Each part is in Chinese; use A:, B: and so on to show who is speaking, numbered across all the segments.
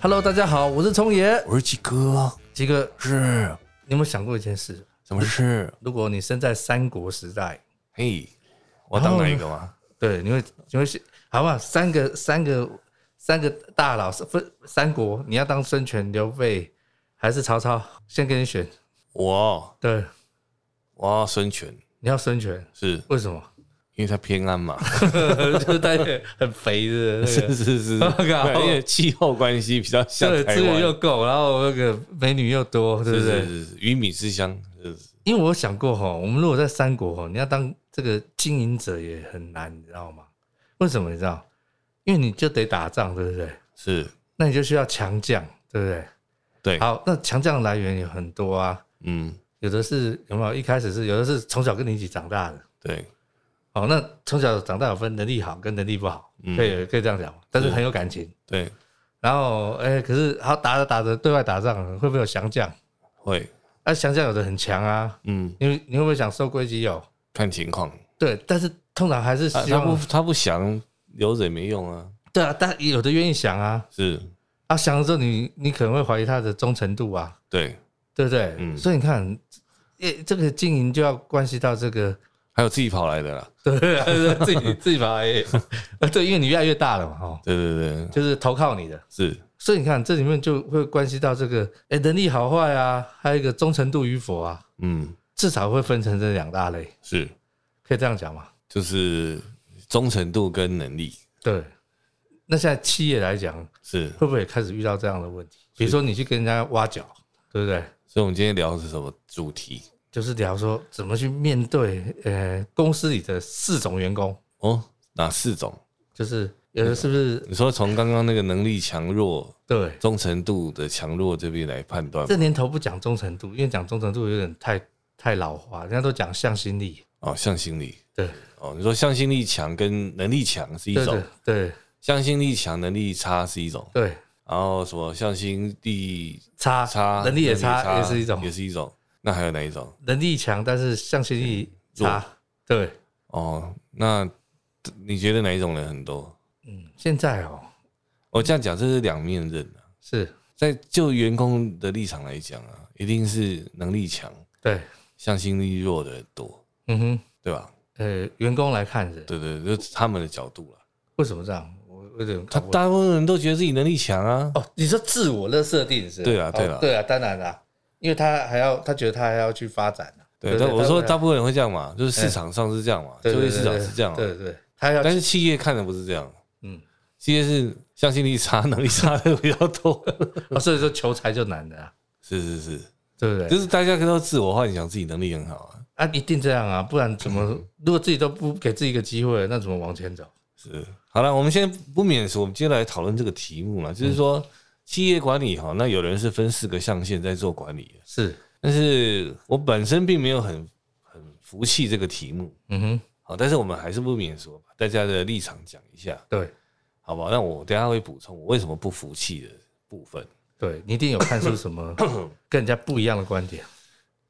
A: Hello，大家好，我是聪爷。
B: 我是鸡哥，
A: 鸡哥，
B: 是
A: 你有没有想过一件事？
B: 什么事？
A: 如果你生在三国时代，
B: 嘿，我当哪一个吗？
A: 对，你会你会是好不好？三个三个三个大佬分三国，你要当孙权、刘备还是曹操？先给你选。
B: 我
A: 对，
B: 我要孙权，
A: 你要孙权，
B: 是
A: 为 什么？
B: 因为他偏安嘛，
A: 就是大家很肥的，那
B: 是
A: 个
B: 是是，
A: 我靠
B: 对因为气候关系比较像
A: 对，
B: 台
A: 资源
B: 湾，
A: 又够，然后那个美女又多，对
B: 是
A: 不对？
B: 是是是，鱼米之乡，是是
A: 因为我想过哈，我们如果在三国哈，你要当这个经营者也很难，你知道吗？为什么你知道？因为你就得打仗，对不对？
B: 是，
A: 那你就需要强将，对不对？
B: 对，
A: 好，那强将来源有很多啊，
B: 嗯，
A: 有的是有没有一开始是有的是从小跟你一起长大的，
B: 对，
A: 哦，那从小长大有分能力好跟能力不好，
B: 嗯
A: 可以可以这样讲嘛，但是很有感情。
B: 对，
A: 然后哎、可是好打着打着对外打仗会不会有降将？
B: 会，
A: 啊，降将有的很强啊，
B: 嗯，
A: 你你会不会想受归己有？
B: 看情况，
A: 对，但是通常还是
B: 他
A: 希
B: 他
A: 望、
B: 不他不想留着也没用啊，
A: 对啊，但有的愿意想啊，
B: 是，
A: 啊想了之后你你可能会怀疑他的忠诚度啊，
B: 对，
A: 对不对？
B: 嗯
A: 所以你看，诶，这个经营就要关系到这个，
B: 还有自己跑来的啦，
A: 对，啊自己 自己吧，哎，对，因为你越来越大了嘛，哈，
B: 对对对，
A: 就是投靠你的，
B: 是，
A: 所以你看这里面就会关系到这个，哎，能力好坏啊，还有一个忠诚度与否啊，
B: 嗯，
A: 至少会分成这两大类，
B: 是，
A: 可以这样讲吗？
B: 就是忠诚度跟能力，
A: 对。那现在企业来讲，
B: 是，
A: 会不会也开始遇到这样的问题？比如说你去跟人家挖角，对不对？
B: 所以我们今天聊的是什么主题？
A: 就是聊说怎么去面对呃公司里的四种员工，
B: 哦，哪四种？
A: 就是有的是不是
B: 你说从刚刚那个能力强弱、
A: 对？
B: 忠诚度的强弱这边来判断
A: 这年头不讲忠诚度，因为讲忠诚度有点太太老化，人家都讲向心力。
B: 哦，向心力
A: 对
B: 哦，你说向心力强跟能力强是一
A: 对
B: 种
A: 对，对
B: 向心力强能力差是一种，
A: 对，
B: 然后什么向心力
A: 差
B: 差
A: 啊能力也差也是一
B: 也
A: 种，
B: 是一种。那还有哪一种？
A: 能力强但是向心力
B: 弱
A: 差。对，
B: 哦，那你觉得哪一种人很多？
A: 嗯，现在哦
B: 我这样讲，这是两面刃啊。
A: 是
B: 在就员工的立场来讲啊，一定是能力强、
A: 对，
B: 向心力弱的人多，
A: 嗯哼，
B: 对吧？
A: 呃，员工来看人，
B: 对对，就是他们的角度了。
A: 为什么这样？我我有点
B: 他
A: 搞不懂
B: 大部分人都觉得自己能力强啊，
A: 哦，你说自我的设定是？
B: 对啊
A: 哦
B: 对啊
A: 对啊，当然啦，因为他还要，他觉得他还要去发展啊
B: 对，
A: 对
B: 但
A: 对
B: 我说
A: 他
B: 大部分人哎会这样嘛，就是市场上是这样嘛，就业市场是这样嘛，啊
A: 对对对，他要
B: 但是企业看的不是这样，
A: 嗯，
B: 企业是向心力差、能力差的比较多，
A: 哦所以说求财就难的啊，
B: 是是是，
A: 对不对
B: 就？是大家都自我幻想自己能力很好啊，
A: 啊，一定这样啊，不然怎么？
B: 嗯
A: 如果自己都不给自己一个机会，那怎么往前走？
B: 是。好了，我们先不免俗，我们接下来讨论这个题目嘛，就是说企业管理哈，那有人是分四个象限在做管理啊的，
A: 是，
B: 但是我本身并没有很很服气这个题目，
A: 嗯哼，
B: 好，但是我们还是不免说把大家的立场讲一下，
A: 对
B: 好不好？那我等一下会补充我为什么不服气的部分。
A: 对，你一定有看出什 么跟人家不一样的观点。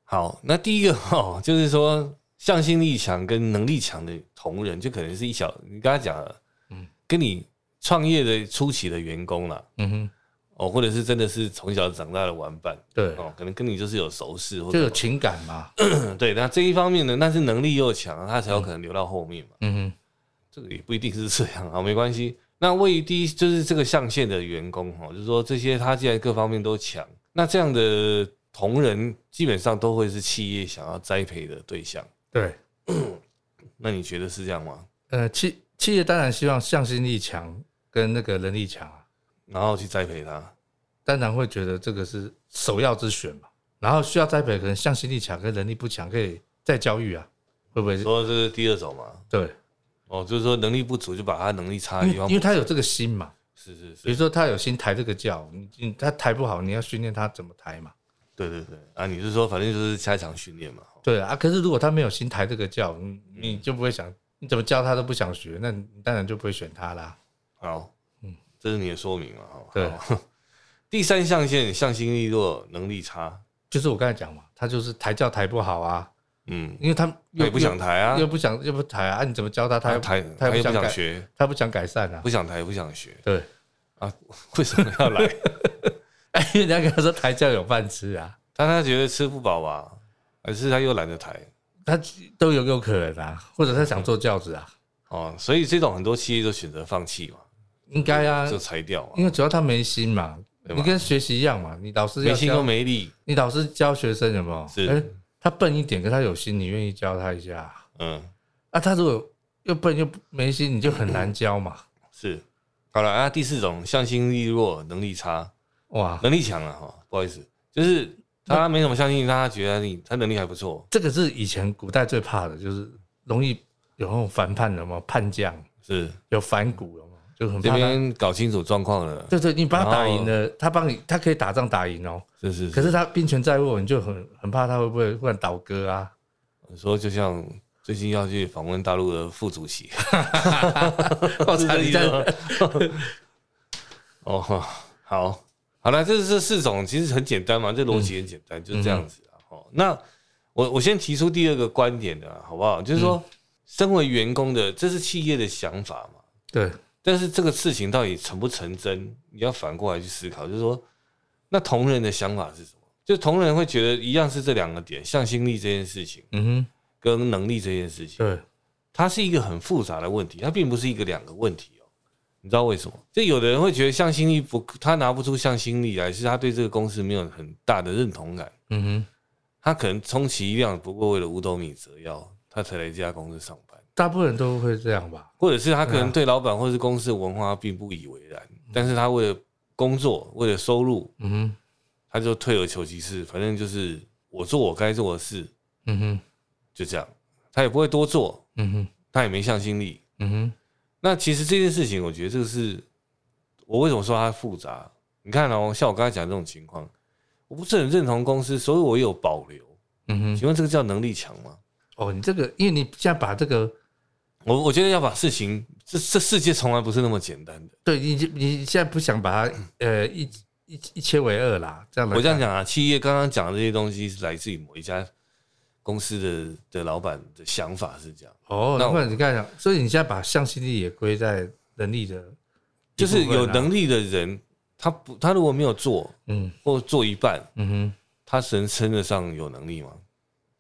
B: 好，那第一个 哦，就是说向心力强跟能力强的同仁，就可能是一小，你刚才讲了，嗯，跟你创业的初期的员工啦，
A: 嗯哼，
B: 哦，或者是真的是从小长大的玩伴，
A: 对，
B: 哦，可能跟你就是有熟识，或
A: 就有
B: 者
A: 情感嘛。
B: 对，那这一方面呢，但是能力又强，他才有可能留到后面嘛。
A: 嗯
B: 这个也不一定是这样啊，没关系。那位于第一就是这个象限的员工哈，就是说这些他既然各方面都强，那这样的同仁基本上都会是企业想要栽培的对象。
A: 哼，对，
B: 那你觉得是这样吗？
A: 呃，企企业当然希望向心力强跟那个能力强啊，
B: 然后去栽培他，
A: 当然会觉得这个是首要之选嘛。然后需要栽培，可能向心力强跟能力不强，可以再教育啊，会不会
B: 你
A: 是？
B: 说这是第二种嘛？
A: 对，
B: 哦，就是说能力不足就把他能力差的
A: 因
B: 地
A: 为
B: 方
A: 嗯因，为他有这个心嘛。
B: 是是
A: 比如
B: 是，
A: 说他有心抬这个轿，你你他抬不好，你要训练他怎么抬嘛。
B: 对对对啊，你是说反正就是加强训练嘛？
A: 对啊，可是如果他没有心抬这个轿，你你就不会想，你怎么教他都不想学，那你当然就不会选他啦。
B: 好，嗯，这是你的说明嘛？哈，
A: 对
B: 好。第三象限向心力弱，能力差，
A: 就是我刚才讲嘛，他就是抬轿抬不好啊，
B: 嗯，
A: 因为他
B: 他
A: 又
B: 也不想抬啊
A: 又，又不想又不抬啊，啊你怎么教他，他
B: 他
A: 又
B: 抬
A: 他
B: 他
A: 又
B: 也
A: 不想
B: 不想
A: 改，
B: 学，
A: 他不想改善啊。
B: 不想抬也不想学。
A: 对
B: 啊，为什么要来？
A: 哎，人家跟他说抬轿有饭吃啊，
B: 但他觉得吃不饱吧，还是他又懒得抬
A: 他都有有可能啊，或者他想坐轿子啊，
B: 哦，所以这种很多企业都选择放弃嘛，
A: 应该啊
B: 就，裁掉嘛，
A: 因为主要他没心嘛，
B: 对
A: 你
B: 吧
A: 跟学习一样嘛，你老师要
B: 没心
A: 教
B: 都没力，
A: 你老师教学生有没有？
B: 是
A: 哎他笨一点，可他有心，你愿意教他一下
B: 嗯，
A: 啊？他如果又笨又没心，你就很难教嘛。
B: 是。好了啊，第四种向心力弱，能力差，
A: 哇，
B: 能力强了哈，不好意思，就是他没什么向心力，但他觉得你他能力还不错，
A: 这个是以前古代最怕的，就是容易有那种反叛的嘛，叛将
B: 是
A: 有反骨了嘛，就很
B: 这
A: 怕他。
B: 边搞清楚状况了，
A: 对对，你把他打
B: 然后
A: 赢了，他帮你，他可以打仗打赢哦。
B: 是是
A: 可
B: 是，
A: 是他兵权在握，你就很很怕他会不会忽然倒戈啊？
B: 我说就像最近要去访问大陆的副主席，
A: 我
B: 是
A: 操，
B: 这
A: 你
B: 意思
A: 在
B: 吗哦，好，好了，这这四种其实很简单嘛，这逻辑很简单，就是这样子啊。哦，那我我先提出第二个观点的、啊好不好？就是说，身为员工的，这是企业的想法嘛，
A: 对，
B: 但是这个事情到底成不成真，你要反过来去思考，就是说，那同仁的想法是什么？就同仁会觉得一样是这两个点，向心力这件事情
A: 嗯哼，
B: 跟能力这件事情，
A: 对，
B: 它是一个很复杂的问题，它并不是一个两个问题哦。你知道为什么？就有的人会觉得向心力不，他拿不出向心力来，是他对这个公司没有很大的认同感。
A: 嗯哼，
B: 他可能充其量不过为了五斗米折腰，他才来这家公司上班，
A: 大部分人都会这样吧？
B: 或者是他可能对老板或是公司文化并不以为然，但是他为了工作，为了收入，
A: 嗯哼，
B: 他就退而求其次，反正就是我做我该做的事，
A: 嗯哼，
B: 就这样，他也不会多做，
A: 嗯哼，
B: 他也没向心力，
A: 嗯哼，
B: 那其实这件事情，我觉得这个是我为什么说它复杂。你看哦，像我刚才讲这种情况，我不是很认同公司，所以我有保留。
A: 嗯哼。
B: 请问这个叫能力强吗？
A: 哦，你这个，因为你现在把这个，
B: 我我觉得要把事情，这这世界从来不是那么简单的。
A: 对你就你现在不想把 它呃一一一切为二啦，这样来
B: 我这样
A: 看，
B: 讲啊，企业刚刚讲的这些东西是来自于某一家公司的的老板的想法是这样，
A: 哦，
B: 那
A: 那
B: 我
A: 么你刚才讲，所以你现在把向心力也归在能力的一
B: 就
A: 部分啊，
B: 是有能力的人，他不他如果没有做
A: 嗯
B: 或做一半，
A: 嗯哼，
B: 他能称得上有能力吗？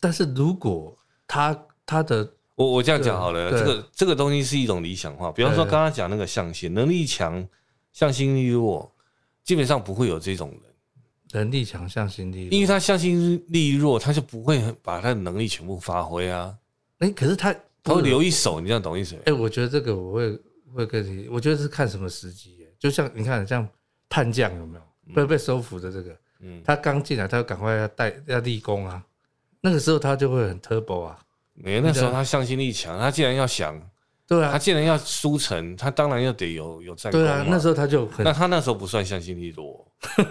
A: 但是如果他他的
B: 我我这样讲好了，
A: 对
B: 这个这个东西是一种理想化。比方说
A: 对
B: 刚刚讲那个象限，能力强、向心力弱，基本上不会有这种人，
A: 能力强向心力弱，
B: 因为他向心力弱，他就不会把他的能力全部发挥啊，
A: 哎、可是他
B: 他会留
A: 意，
B: 一手，你这样懂意思没
A: 哎、？我觉得这个我会会跟你，我觉得是看什么时机耶，就像你看像叛将有没有被被收服的这个，
B: 嗯，
A: 他刚进来，他要赶快要带要立功啊，那个时候他就会很 turbo 啊，
B: 没有那时候他向心力强，他既然要想，
A: 对
B: 他
A: 啊，
B: 既然要输成，他当然要得有有战功
A: 对啊，那时
B: 候
A: 候他就很，
B: 那他那时候不算向心力弱，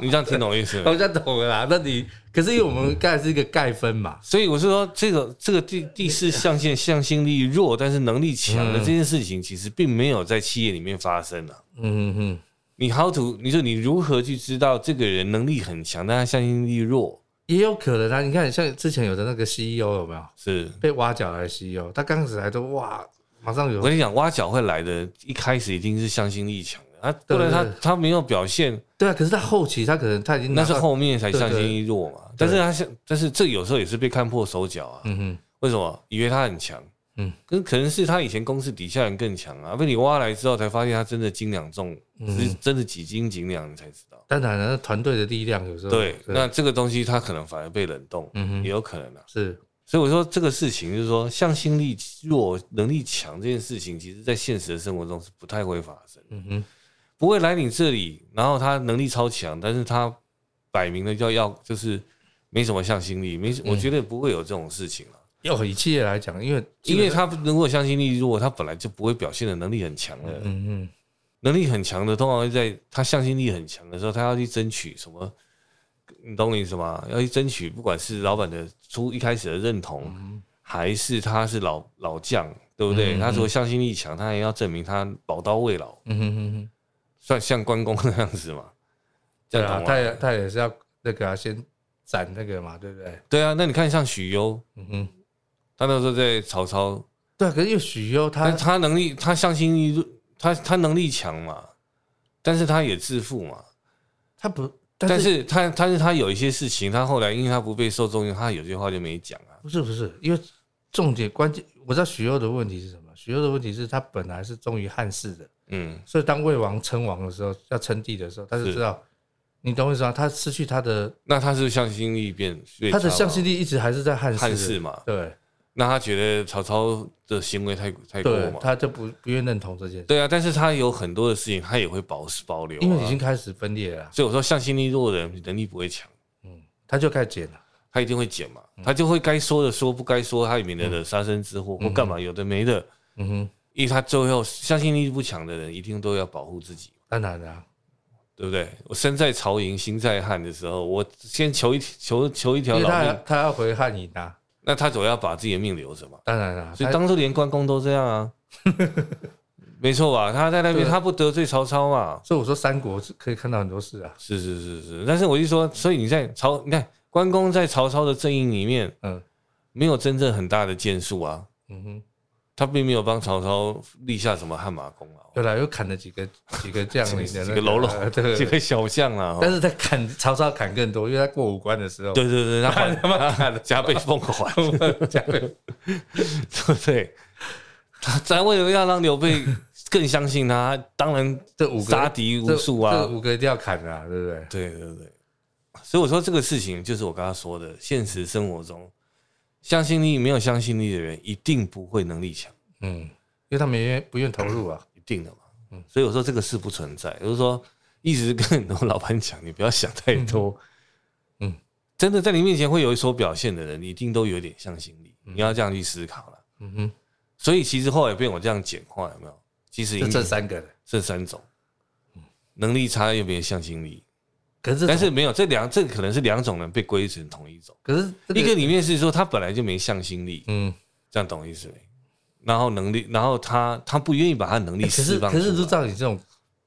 B: 你这样听懂意思没？
A: 我就懂了啦。那你可是因为我们刚才是一个盖分嘛，
B: 所以我是说，这个这个第第四象限向心力弱，但是能力强的这件事情，其实并没有在企业里面发生啊。
A: 嗯嗯嗯，
B: 你 how to，你说你如何去知道这个人能力很强，但他向心力弱？
A: 也有可能啊。你看，像之前有的那个 CEO 有没有
B: 是
A: 被挖角来的 CEO，他刚开始来都哇，马上
B: 我
A: 有
B: 跟你讲，挖角会来的，一开始一定是向心力强的，他不
A: 对
B: 然他
A: 对对
B: 他没有表现，
A: 对啊，可是他后期他可能他已经拿
B: 那
A: 到
B: 是，后面才
A: 对
B: 向
A: 对
B: 心力弱嘛。但是他向，但是这有时候也是被看破手脚啊。
A: 嗯哼，
B: 为什么？以为他很强，
A: 嗯
B: 嗯，可可能是他以前公司底下人更强啊，被你挖来之后才发现他真的斤两重，只是真的几斤几两，你才知道。
A: 当然了，那团队的力量有时候
B: 对，那这个东西他可能反而被冷冻，
A: 嗯哼
B: 也有可能啊。
A: 是
B: 所以我说这个事情就是说，向心力弱、能力强这件事情，其实在现实的生活中是不太会发生的，
A: 嗯哼
B: 不会来你这里，然后他能力超强，但是他摆明了要要就是没什么向心力，没，我觉得不会有这种事情了。啊
A: 要以企业来讲，因为
B: 因为他如果向心力弱，他本来就不会表现的能力很强了。
A: 嗯嗯
B: 能力很强的，通常会在他向心力很强的时候，他要去争取什么，你懂我意思吗？要去争取，不管是老板的初一开始的认
A: 嗯
B: 同，还是他是老老将，对不对？他除了向心力强，他也要证明他宝刀未老，
A: 嗯哼嗯哼，
B: 算像关公那样子嘛？这
A: 对
B: 样
A: 啊，
B: 懂
A: 他
B: 吗？
A: 也他也是要那个啊，先斩那个嘛，对不对？
B: 对啊，那你看像许攸，
A: 嗯哼。
B: 他那时候在曹操，
A: 对啊，可是因为许攸
B: 但
A: 他
B: 他能力，他向心力弱，他他能力强嘛，但是他也自负嘛。
A: 他不，
B: 但
A: 但是
B: 是他，但是他有一些事情，他后来因为他不被受重用，他有些话就没讲啊。
A: 不是不是，因为重点关键，我知道许攸的问题是什么？许攸的问题是他本来是忠于汉室的，
B: 嗯，
A: 所以当魏王称王的时候，要称帝的时候，他就是知道，你懂我意思吗？他失去他的
B: 那他是不是向心力变越
A: 他的
B: 差
A: 向
B: 嘛
A: 心力一直还是在汉室的，
B: 汉室嘛，
A: 对
B: 那他觉得曹操的行为太太过
A: 对，
B: 嘛？
A: 他就不不愿认同这件事，
B: 对啊，但是他有很多的事情，他也会保保留、啊，
A: 因为已经开始分裂了啊，
B: 所以我说向心力弱的人能力不会强，
A: 他就开始减了。
B: 他一定会减嘛，
A: 嗯
B: 他就会该说的说，不该说他也免得惹杀身之祸、或干嘛有的没的，
A: 嗯哼，
B: 因为他最后向心力不强的人一定都要保护自己，
A: 当然啦、啊，
B: 对不对？我身在曹营心在汉的时候，我先求一求求一条
A: 因为
B: 老
A: 他
B: 命，
A: 他要回汉营啊，
B: 那他总要把自己的命留着嘛。
A: 当然啦、啊，
B: 所以
A: 他
B: 当初连关公都这 样啊，没错吧？他在那边
A: 对
B: 他不得罪曹操嘛，
A: 所以我说三国是可以看到很多事啊，
B: 是是是是。但是我就说，所以你在曹，你看关公在曹操的阵营里面
A: 嗯
B: 没有真正很大的建树啊，
A: 嗯哼，
B: 他并没有帮曹操立下什么汗马功劳，
A: 对了，又砍了几个几个将领的、那
B: 几个喽
A: 呃
B: 啰，
A: 对，
B: 几个小将啊。
A: 但是他砍曹操砍更多，因为他过五关的时候，
B: 对对对，他还 他妈喊加倍奉还，
A: 加倍
B: 对不 对？他咱为了要让刘备更相信他，当然
A: 这五个
B: 杀敌无
A: 这
B: 数啊，
A: 这五个一定要砍啊，对不对？
B: 对对对，所以我说这个事情就是我刚刚说的，现实生活中，相信力没有相信力的人，一定不会能力强，
A: 嗯，因为他们也不愿投入啊，
B: 一定的嘛。嗯，所以我说这个事不存在，就是说一直跟很多老板讲，你不要想太多。
A: 嗯
B: 嗯，真的在你面前会有所表现的人，一定都有点向心力，你要这样去思考了。
A: 嗯哼，
B: 所以其实后来被我这样简化，有没有？其实
A: 就
B: 应
A: 这三个人，
B: 这三种，能力差又没有向心力，
A: 可是这
B: 但是没有这两，这可能是两种人被归成同一种。
A: 可是这
B: 一个里面是说他本来就没向心力，
A: 嗯，
B: 这样懂意思没？然后能力，然后他他不愿意把他能力
A: 哎可
B: 释
A: 是
B: 放
A: 可是就
B: 出来，
A: 照你这种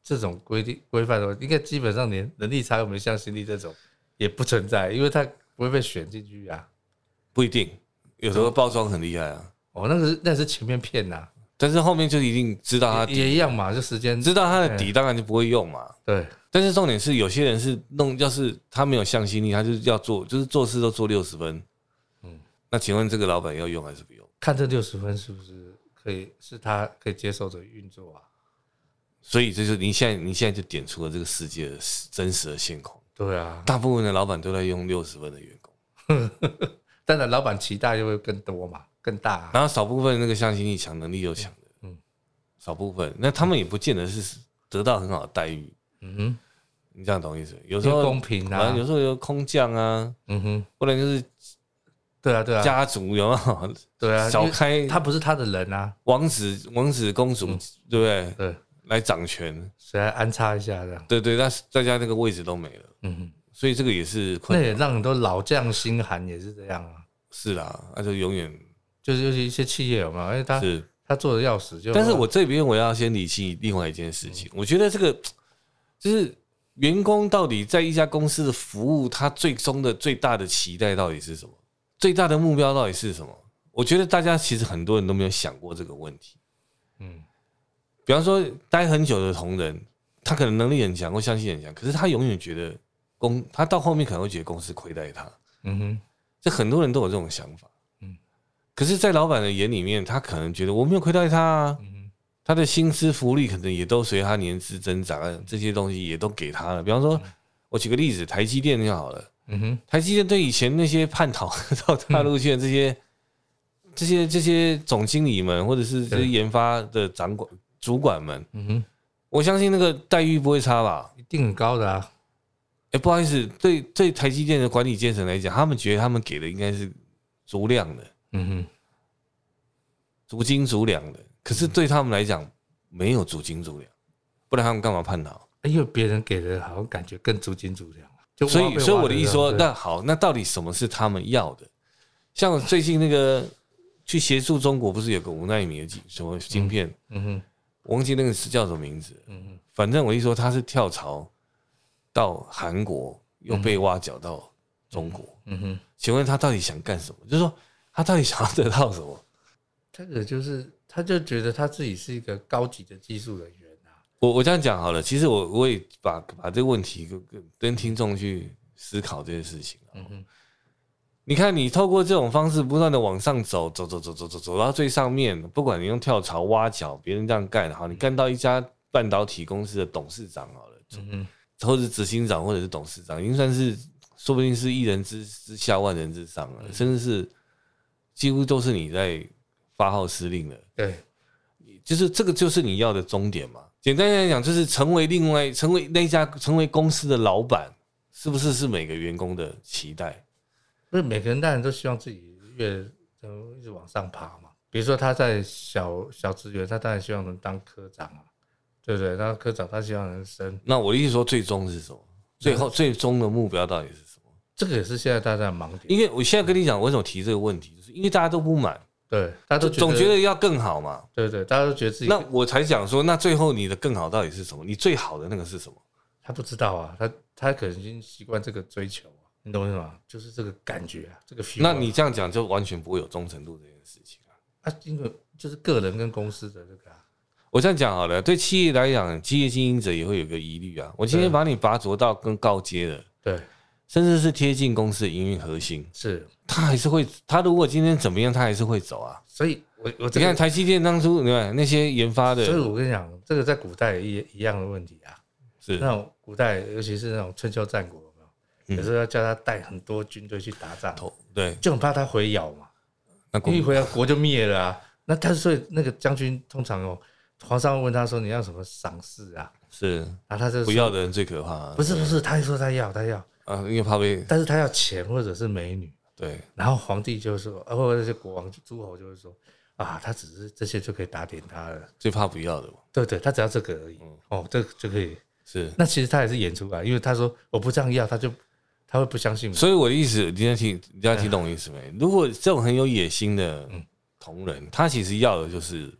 A: 这种规定规范的话，应该基本上连能力差有没有向心力这种也不存在，因为他不会被选进去啊。
B: 不一定。有时候包装很厉害啊，
A: 哦，那个是那是前面骗呐、
B: 但是后面就一定知道他
A: 也也一样嘛，就时间
B: 知道他的底，当然就不会用嘛。
A: 对，
B: 但是重点是，有些人是弄，要是他没有向心力，他就是要做，就是做事都做六十分。
A: 嗯
B: 嗯，那请问这个老板要用还是不用？
A: 看这六十分是不是可以是他可以接受的运作啊？
B: 所以这就是你现在你现在就点出了这个世界的真实的现况。
A: 对啊，
B: 大部分的老板都在用六十分的员工，
A: 当然老板期待就会更多嘛，更大、啊。
B: 然后少部分那个向心力强、能力又强的，
A: 嗯
B: 嗯，少部分，那他们也不见得是得到很好的待遇，
A: 嗯哼，
B: 你这样懂意思？有
A: 有
B: 时候
A: 公平
B: 反
A: 啊
B: 正，有时候有空降啊，
A: 嗯哼，
B: 不然就是
A: 对啊，对啊，
B: 家族有没
A: 对啊，
B: 有？ 小
A: 因为
B: 开
A: 他嗯不是他的人啊，
B: 王子、王子、公主，对不对？
A: 对，
B: 来掌权，
A: 谁来安插一下这样？
B: 对对，但是大家那个位置都没了，
A: 嗯哼，
B: 所以这个也是
A: 那
B: 困
A: 也
B: 扰。
A: 让很多老将心寒，也是这样啊。
B: 是啦，那就永远
A: 就是尤其一些企业有没有？因为他
B: 是。
A: 他做的要死就，
B: 但是我这边我要先理清另外一件事情，我觉得这个就是员工到底在一家公司的服务，他最终的最大的期待到底是什么？最大的目标到底是什么？我觉得大家其实很多人都没有想过这个问题。
A: 嗯
B: 比方说，待很久的同仁，他可能能力很强或相信很强，可是他永远觉得公，他到后面可能会觉得公司亏待他。
A: 嗯哼，
B: 这很多人都有这种想法，
A: 嗯
B: 嗯。可是，在老板的眼里面，他可能觉得我没有亏待他啊，
A: 嗯
B: 他的薪资福利可能也都随他年资增长，啊，这些东西也都给他了。比方说，我举个例子，台积电就好了，
A: 嗯哼，
B: 台积电对以前那些叛逃 到大陆去的这些、这些、这些总经理们，或者是这些
A: 对
B: 研发的长管主管们，
A: 嗯哼，
B: 我相信那个待遇不会差吧？
A: 一定很高的啊。
B: 哎、不好意思，对对，台积电的管理阶层来讲，他们觉得他们给的应该是足量的。
A: 嗯哼，
B: 足斤足两的，可
A: 嗯
B: 是对他们来讲没有足斤足两，不然他们干嘛叛逃？
A: 因为哎别人给的好像感觉更足斤足两，啊就挖
B: 所以，
A: 被挖
B: 所以我的意思说，
A: 对
B: 那好，那到底什么是他们要的？像最近那个去协助中国，不是有个无奈米的技什么芯片，
A: 嗯哼
B: 我忘记那个是叫什么名字，
A: 嗯哼
B: 反正我一说他是跳槽到韩国，又被挖角到中国，
A: 嗯哼，
B: 请问他到底想干什么？就是说他到底想要得到什么？
A: 这个就是他就觉得他自己是一个高级的技术人员啊，
B: 我我这样讲好了，其实我我也把把这个问题跟跟跟听众去思考这件事情啊。
A: 嗯哼，
B: 你看，你透过这种方式不断的往上走，走走走走走走到最上面，不管你用跳槽、挖角，别人这样干，好，你干到一家半导体公司的董事长好了，
A: 嗯哼，
B: 或者是执行长或者是董事长，已经算是说不定是一人之之下万人之上
A: 嗯
B: 了，甚至是几乎都是你在发号施令了。
A: 对，
B: 就是这个就是你要的终点嘛。简单来讲，就是成为另外成为那一家成为公司的老板，是不是是每个员工的期待？
A: 不是每个人当然都希望自己越能一直往上爬嘛。比如说他在小小职员，他当然希望能当科长啊，对不对？当科长他希望能升，
B: 那我的意思说，最终是什么？最后最终的目标到底是什么？
A: 这个也是现在大家的盲点。
B: 因为我现在跟你讲，我为什么提这个问题，就是因为大家都不满，
A: 对，大家都
B: 总觉得要更好嘛。
A: 对对，大家都觉得自己
B: 那我才想说，那最后你的更好到底是什么？你最好的那个是什么？
A: 他不知道啊，他他可能已经习惯这个追求啊，你懂我意思吗？就是这个感觉啊，这个 feel 啊、
B: 那你这样讲就完全不会有忠诚度这件事情啊。
A: 啊，因为就是个人跟公司的这个、啊，
B: 我这样讲好了，对企业来讲，企业经营者也会有个疑虑啊。我今天把你拔擢到更高阶的，
A: 对，
B: 甚至是贴近公司的营运核心，
A: 是，
B: 他还是会，他如果今天怎么样，他还是会走啊。
A: 所以我我这个
B: 你看台积电当初，你看那些研发
A: 所以
B: 的，
A: 我跟你讲，这个在古代也一样的问题啊。
B: 是
A: 那种古代，尤其是那种春秋战国，有没
B: 嗯
A: 有？有时候要叫他带很多军队去打仗，
B: 头对，
A: 就很怕他回咬嘛，
B: 那
A: 因为
B: 股
A: 一回咬国就灭了啊。那他所以那个将军通常哦，皇上会问他说你要什么赏识啊？
B: 是
A: 然后他就
B: 不要的人最可怕啊，
A: 不是不是，他就说他要他要，
B: 啊，因为怕被
A: 但是他要钱或者是美女。
B: 对
A: 然后皇帝就说，呃，或者是国王诸侯就会说啊，他只是这些就可以打点他了，
B: 最怕不要的嘛，
A: 对对，他只要这个而已，
B: 嗯
A: 哦，这个就可以。
B: 是。
A: 那其实他也是演出啊来，因为他说我不这样要，他就他会不相信我。
B: 所以我的意思，你要听，你要听懂我意思
A: 嗯
B: 没？如果这种很有野心的同仁，他其实要的就是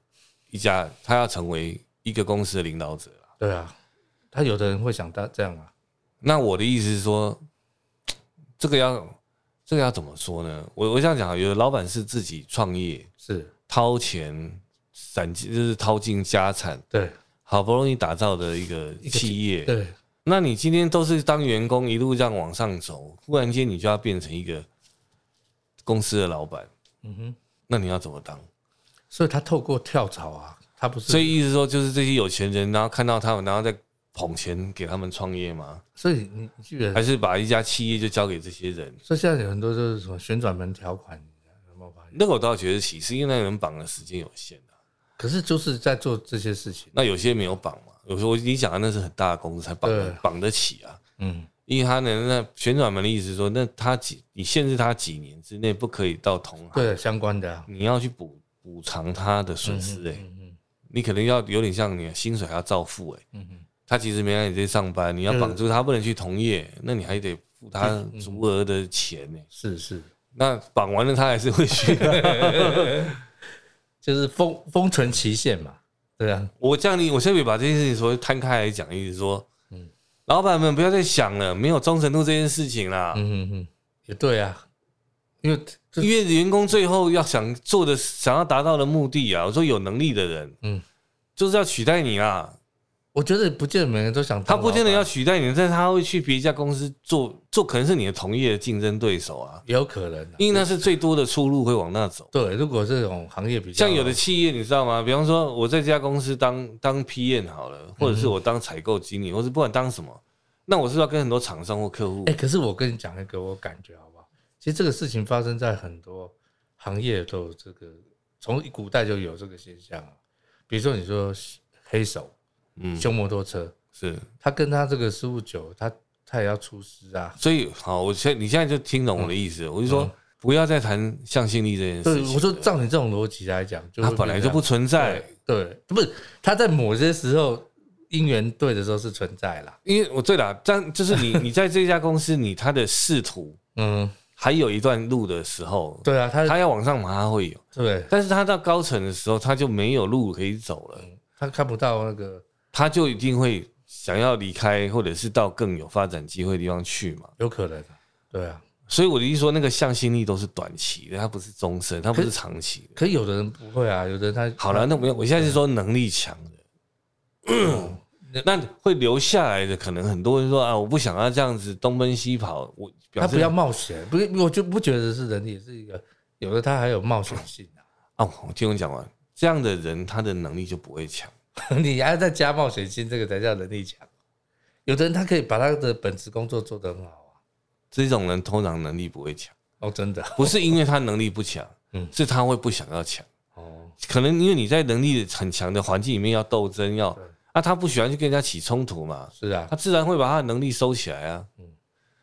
B: 一家，他要成为一个公司的领导者啊
A: 对啊，他有的人会想到这样啊，
B: 那我的意思是说，这个要这个要怎么说呢？我我这样讲啊，有的老板是自己创业，
A: 是
B: 掏钱散尽，就是掏尽家产，
A: 对
B: 好不容易打造的一个
A: 一个
B: 企业，
A: 对
B: 那你今天都是当员工，一路这样往上走，忽然间你就要变成一个公司的老板，
A: 嗯哼，
B: 那你要怎么当？
A: 所以他透过跳槽啊，他不是，
B: 所以意思说，就是这些有钱人，然后看到他们，然后再捧钱给他们创业吗？
A: 所以你你记得
B: 还，是把一家企业就交给这些人？
A: 所以现在有很多就是什么旋转门条款，有没有发现？
B: 那个我倒觉得歧视，因为那个人绑的时间有限啊。
A: 可是就是在做这些事情，
B: 那有些没有绑嘛，有时候你讲的那是很大的公司才绑得
A: 对
B: 绑得起啊。
A: 嗯，
B: 因为他呢，那旋转门的意思是说，那他几你限制他几年之内不可以到同行，
A: 对，相关的啊，
B: 你要去补补偿他的损失、欸。
A: 嗯嗯
B: 你可能要有点像你的薪水还要照付、欸，
A: 嗯嗯，
B: 他其实没让你在上班，你要绑住他不能去同业，那你还得付他
A: 嗯
B: 足额的钱呢、欸
A: 是是，
B: 那绑完了，他还是会去。
A: 就是封封存期限嘛，对啊，
B: 我这样你，我特别把这件事情说摊开来讲，意思说，
A: 嗯
B: 老板们不要再想了，没有忠诚度这件事情啦。
A: 嗯嗯嗯，也对啊，因为这
B: 因为员工最后要想做的、想要达到的目的啊，我说有能力的人，嗯
A: 嗯，
B: 就是要取代你啦。
A: 我觉得不见得每个人都想
B: 他
A: 当老
B: 不
A: 板，
B: 见得要取代你，但是他会去别一家公司做，做可能是你的同业的竞争对手啊，
A: 也有可能啊、
B: 因为那是最多的出路会往那走。
A: 对，如果这种行业比较
B: 像有的企业，你知道吗？比方说，我在这家公司当当 PM 好了，或者是我当采购经理，或是不管当什么，那我是不是要跟很多厂商或客户
A: 哎、，可是我跟你讲一个我感觉好不好？其实这个事情发生在很多行业都有这个，从古代就有这个现象啊。比如说你说黑手
B: 嗯，
A: 修摩托车，
B: 是，
A: 他跟他这个师傅久，他他也要出师啊。
B: 所以好，我现在你现在就听懂我的意思了，我就说不要再谈向心力这件
A: 嗯对
B: 事，情。
A: 我说照你这种逻辑来讲，就
B: 它
A: 会
B: 本来
A: 变
B: 就
A: 成
B: 不存在，
A: 对，对不是他在某些时候因缘对的时候是存在啦。
B: 因为我哦对啦，但就是你 你在这家公司，你他的仕途
A: 嗯，
B: 还有一段路的时候，
A: 对啊，他
B: 他要往上爬，他会有，
A: 对
B: 但是他到高层的时候，他就没有路可以走了。
A: 他看不到那个，
B: 他就一定会想要离开，或者是到更有发展机会的地方去嘛。
A: 有可能啊，对啊。
B: 所以我的意思说，那个向心力都是短期的，它不是终身，它不是长期的。
A: 可是有的人不会啊，有的人他嗯
B: 好了，那我们我现在是说能力强的， 那会留下来的，可能很多人说啊，我不想要这样子东奔西跑，我表
A: 他
B: 示
A: 不要冒险，不是，我就不觉得是人，也是一个有的，他还有冒险性啊。
B: 哦，我听我讲完，这样的人他的能力就不会强。
A: 啊 你还要再加冒险心，这个才叫能力强。有的人他可以把他的本职工作做得很好
B: 这种人通常能力不会强，
A: 啊，哦，真的，
B: 不是因为他能力不强，
A: 嗯
B: 是他会不想要强。
A: 哦，
B: 可能因为你在能力很强的环境里面要斗争，要
A: 对
B: 啊，他不喜欢去跟人家起冲突嘛，
A: 是啊，
B: 他自然会把他的能力收起来啊。
A: 嗯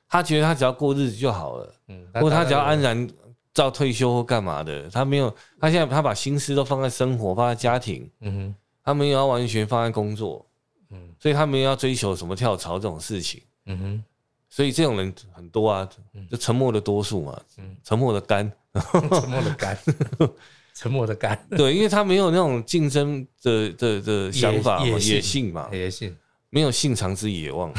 B: 他觉得他只要过日子就好了，
A: 嗯，
B: 或他只要
A: 当然
B: 安然照退休或干嘛的，他没有，他现在他把心思都放在生活，放在家庭，
A: 有，嗯哼，
B: 他没有要完全放在工作，
A: 嗯
B: 所以他没有要追求什么跳槽这种事情。
A: 嗯哼，
B: 所以这种人很多啊，就沉默的多数嘛，
A: 嗯
B: 沉默的 干，
A: 沉默的干， 沉默的干，
B: 对，因为他没有那种竞争的的的想法嘛，
A: 野
B: 野
A: 野性
B: 性嘛，
A: 也信，
B: 没有性常之 野望，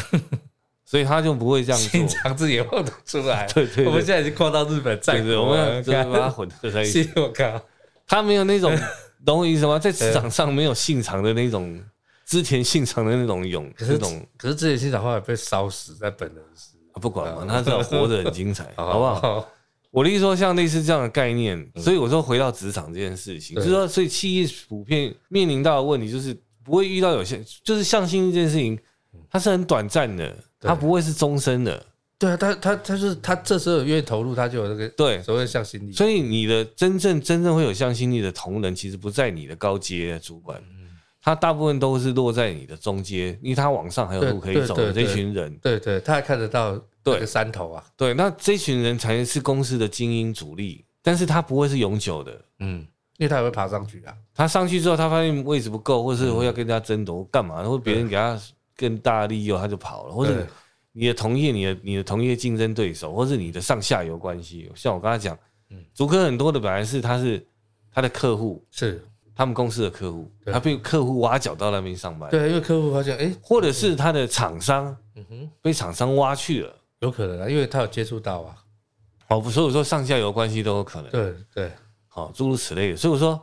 B: 所以他就不会这样做
A: 信。长自己也望得出来。
B: 对对对
A: 我们现在已经跨到日本
B: 对
A: 战
B: 对，我
A: 国
B: 们
A: 了，
B: 要就是把它
A: 干
B: 混合在一起
A: 信。我靠，
B: 他没有那
A: 嗯
B: 种，懂我意思吗？在职场上没有性常的那种，织田信长的那种勇，
A: 可
B: 那
A: 是
B: 种
A: 可是之前信长后来被烧死在本能寺，
B: 啊不管嘛，他至少活得很精 彩，好不好？
A: 好？嗯
B: 我的意思说，像类似这样的概念，所以我说回到职场这件事情，
A: 对
B: 就是说，所以企业普遍面临到的问题就是不会遇到有些，就是向心力这件事情，它是很短暂的，
A: 对
B: 它不会是终身的。
A: 对啊，他他他就是他这时候愿意投入，他就有那个
B: 对
A: 所谓向心力。
B: 所以你的真正真正会有向心力的同仁，其实不在你的高阶主管，
A: 嗯
B: 他大部分都是落在你的中阶，因为他往上还有
A: 对
B: 路可以
A: 对
B: 走的
A: 对
B: 这
A: 对
B: 群人。
A: 对对，他还看得到那个山头啊。
B: 对，那这群人才是公司的精英主力，但是他不会是永久的。
A: 嗯，因为他也会爬上去啊。
B: 他上去之后，他发现位置不够，或是
A: 嗯
B: 会要跟人家争夺，干嘛？或者别人给他更大的利益，他就跑了，或者
A: 对
B: 你的同业、你的你的同业竞争对手，或是你的上下游关系。像我刚才讲，
A: 嗯
B: 竹科很多的本来是他是他的客户，
A: 是
B: 他们公司的客户，
A: 对
B: 他被客户挖角到那边上班，
A: 对，因为客户发现，哎，
B: 或者是他的厂商
A: 嗯哼，
B: 被厂商挖去了。
A: 有可能啊，因为他有接触到啊。
B: 哦，所以我说上下游关系都有可能。
A: 对对，
B: 好，诸如此类的。所以我说，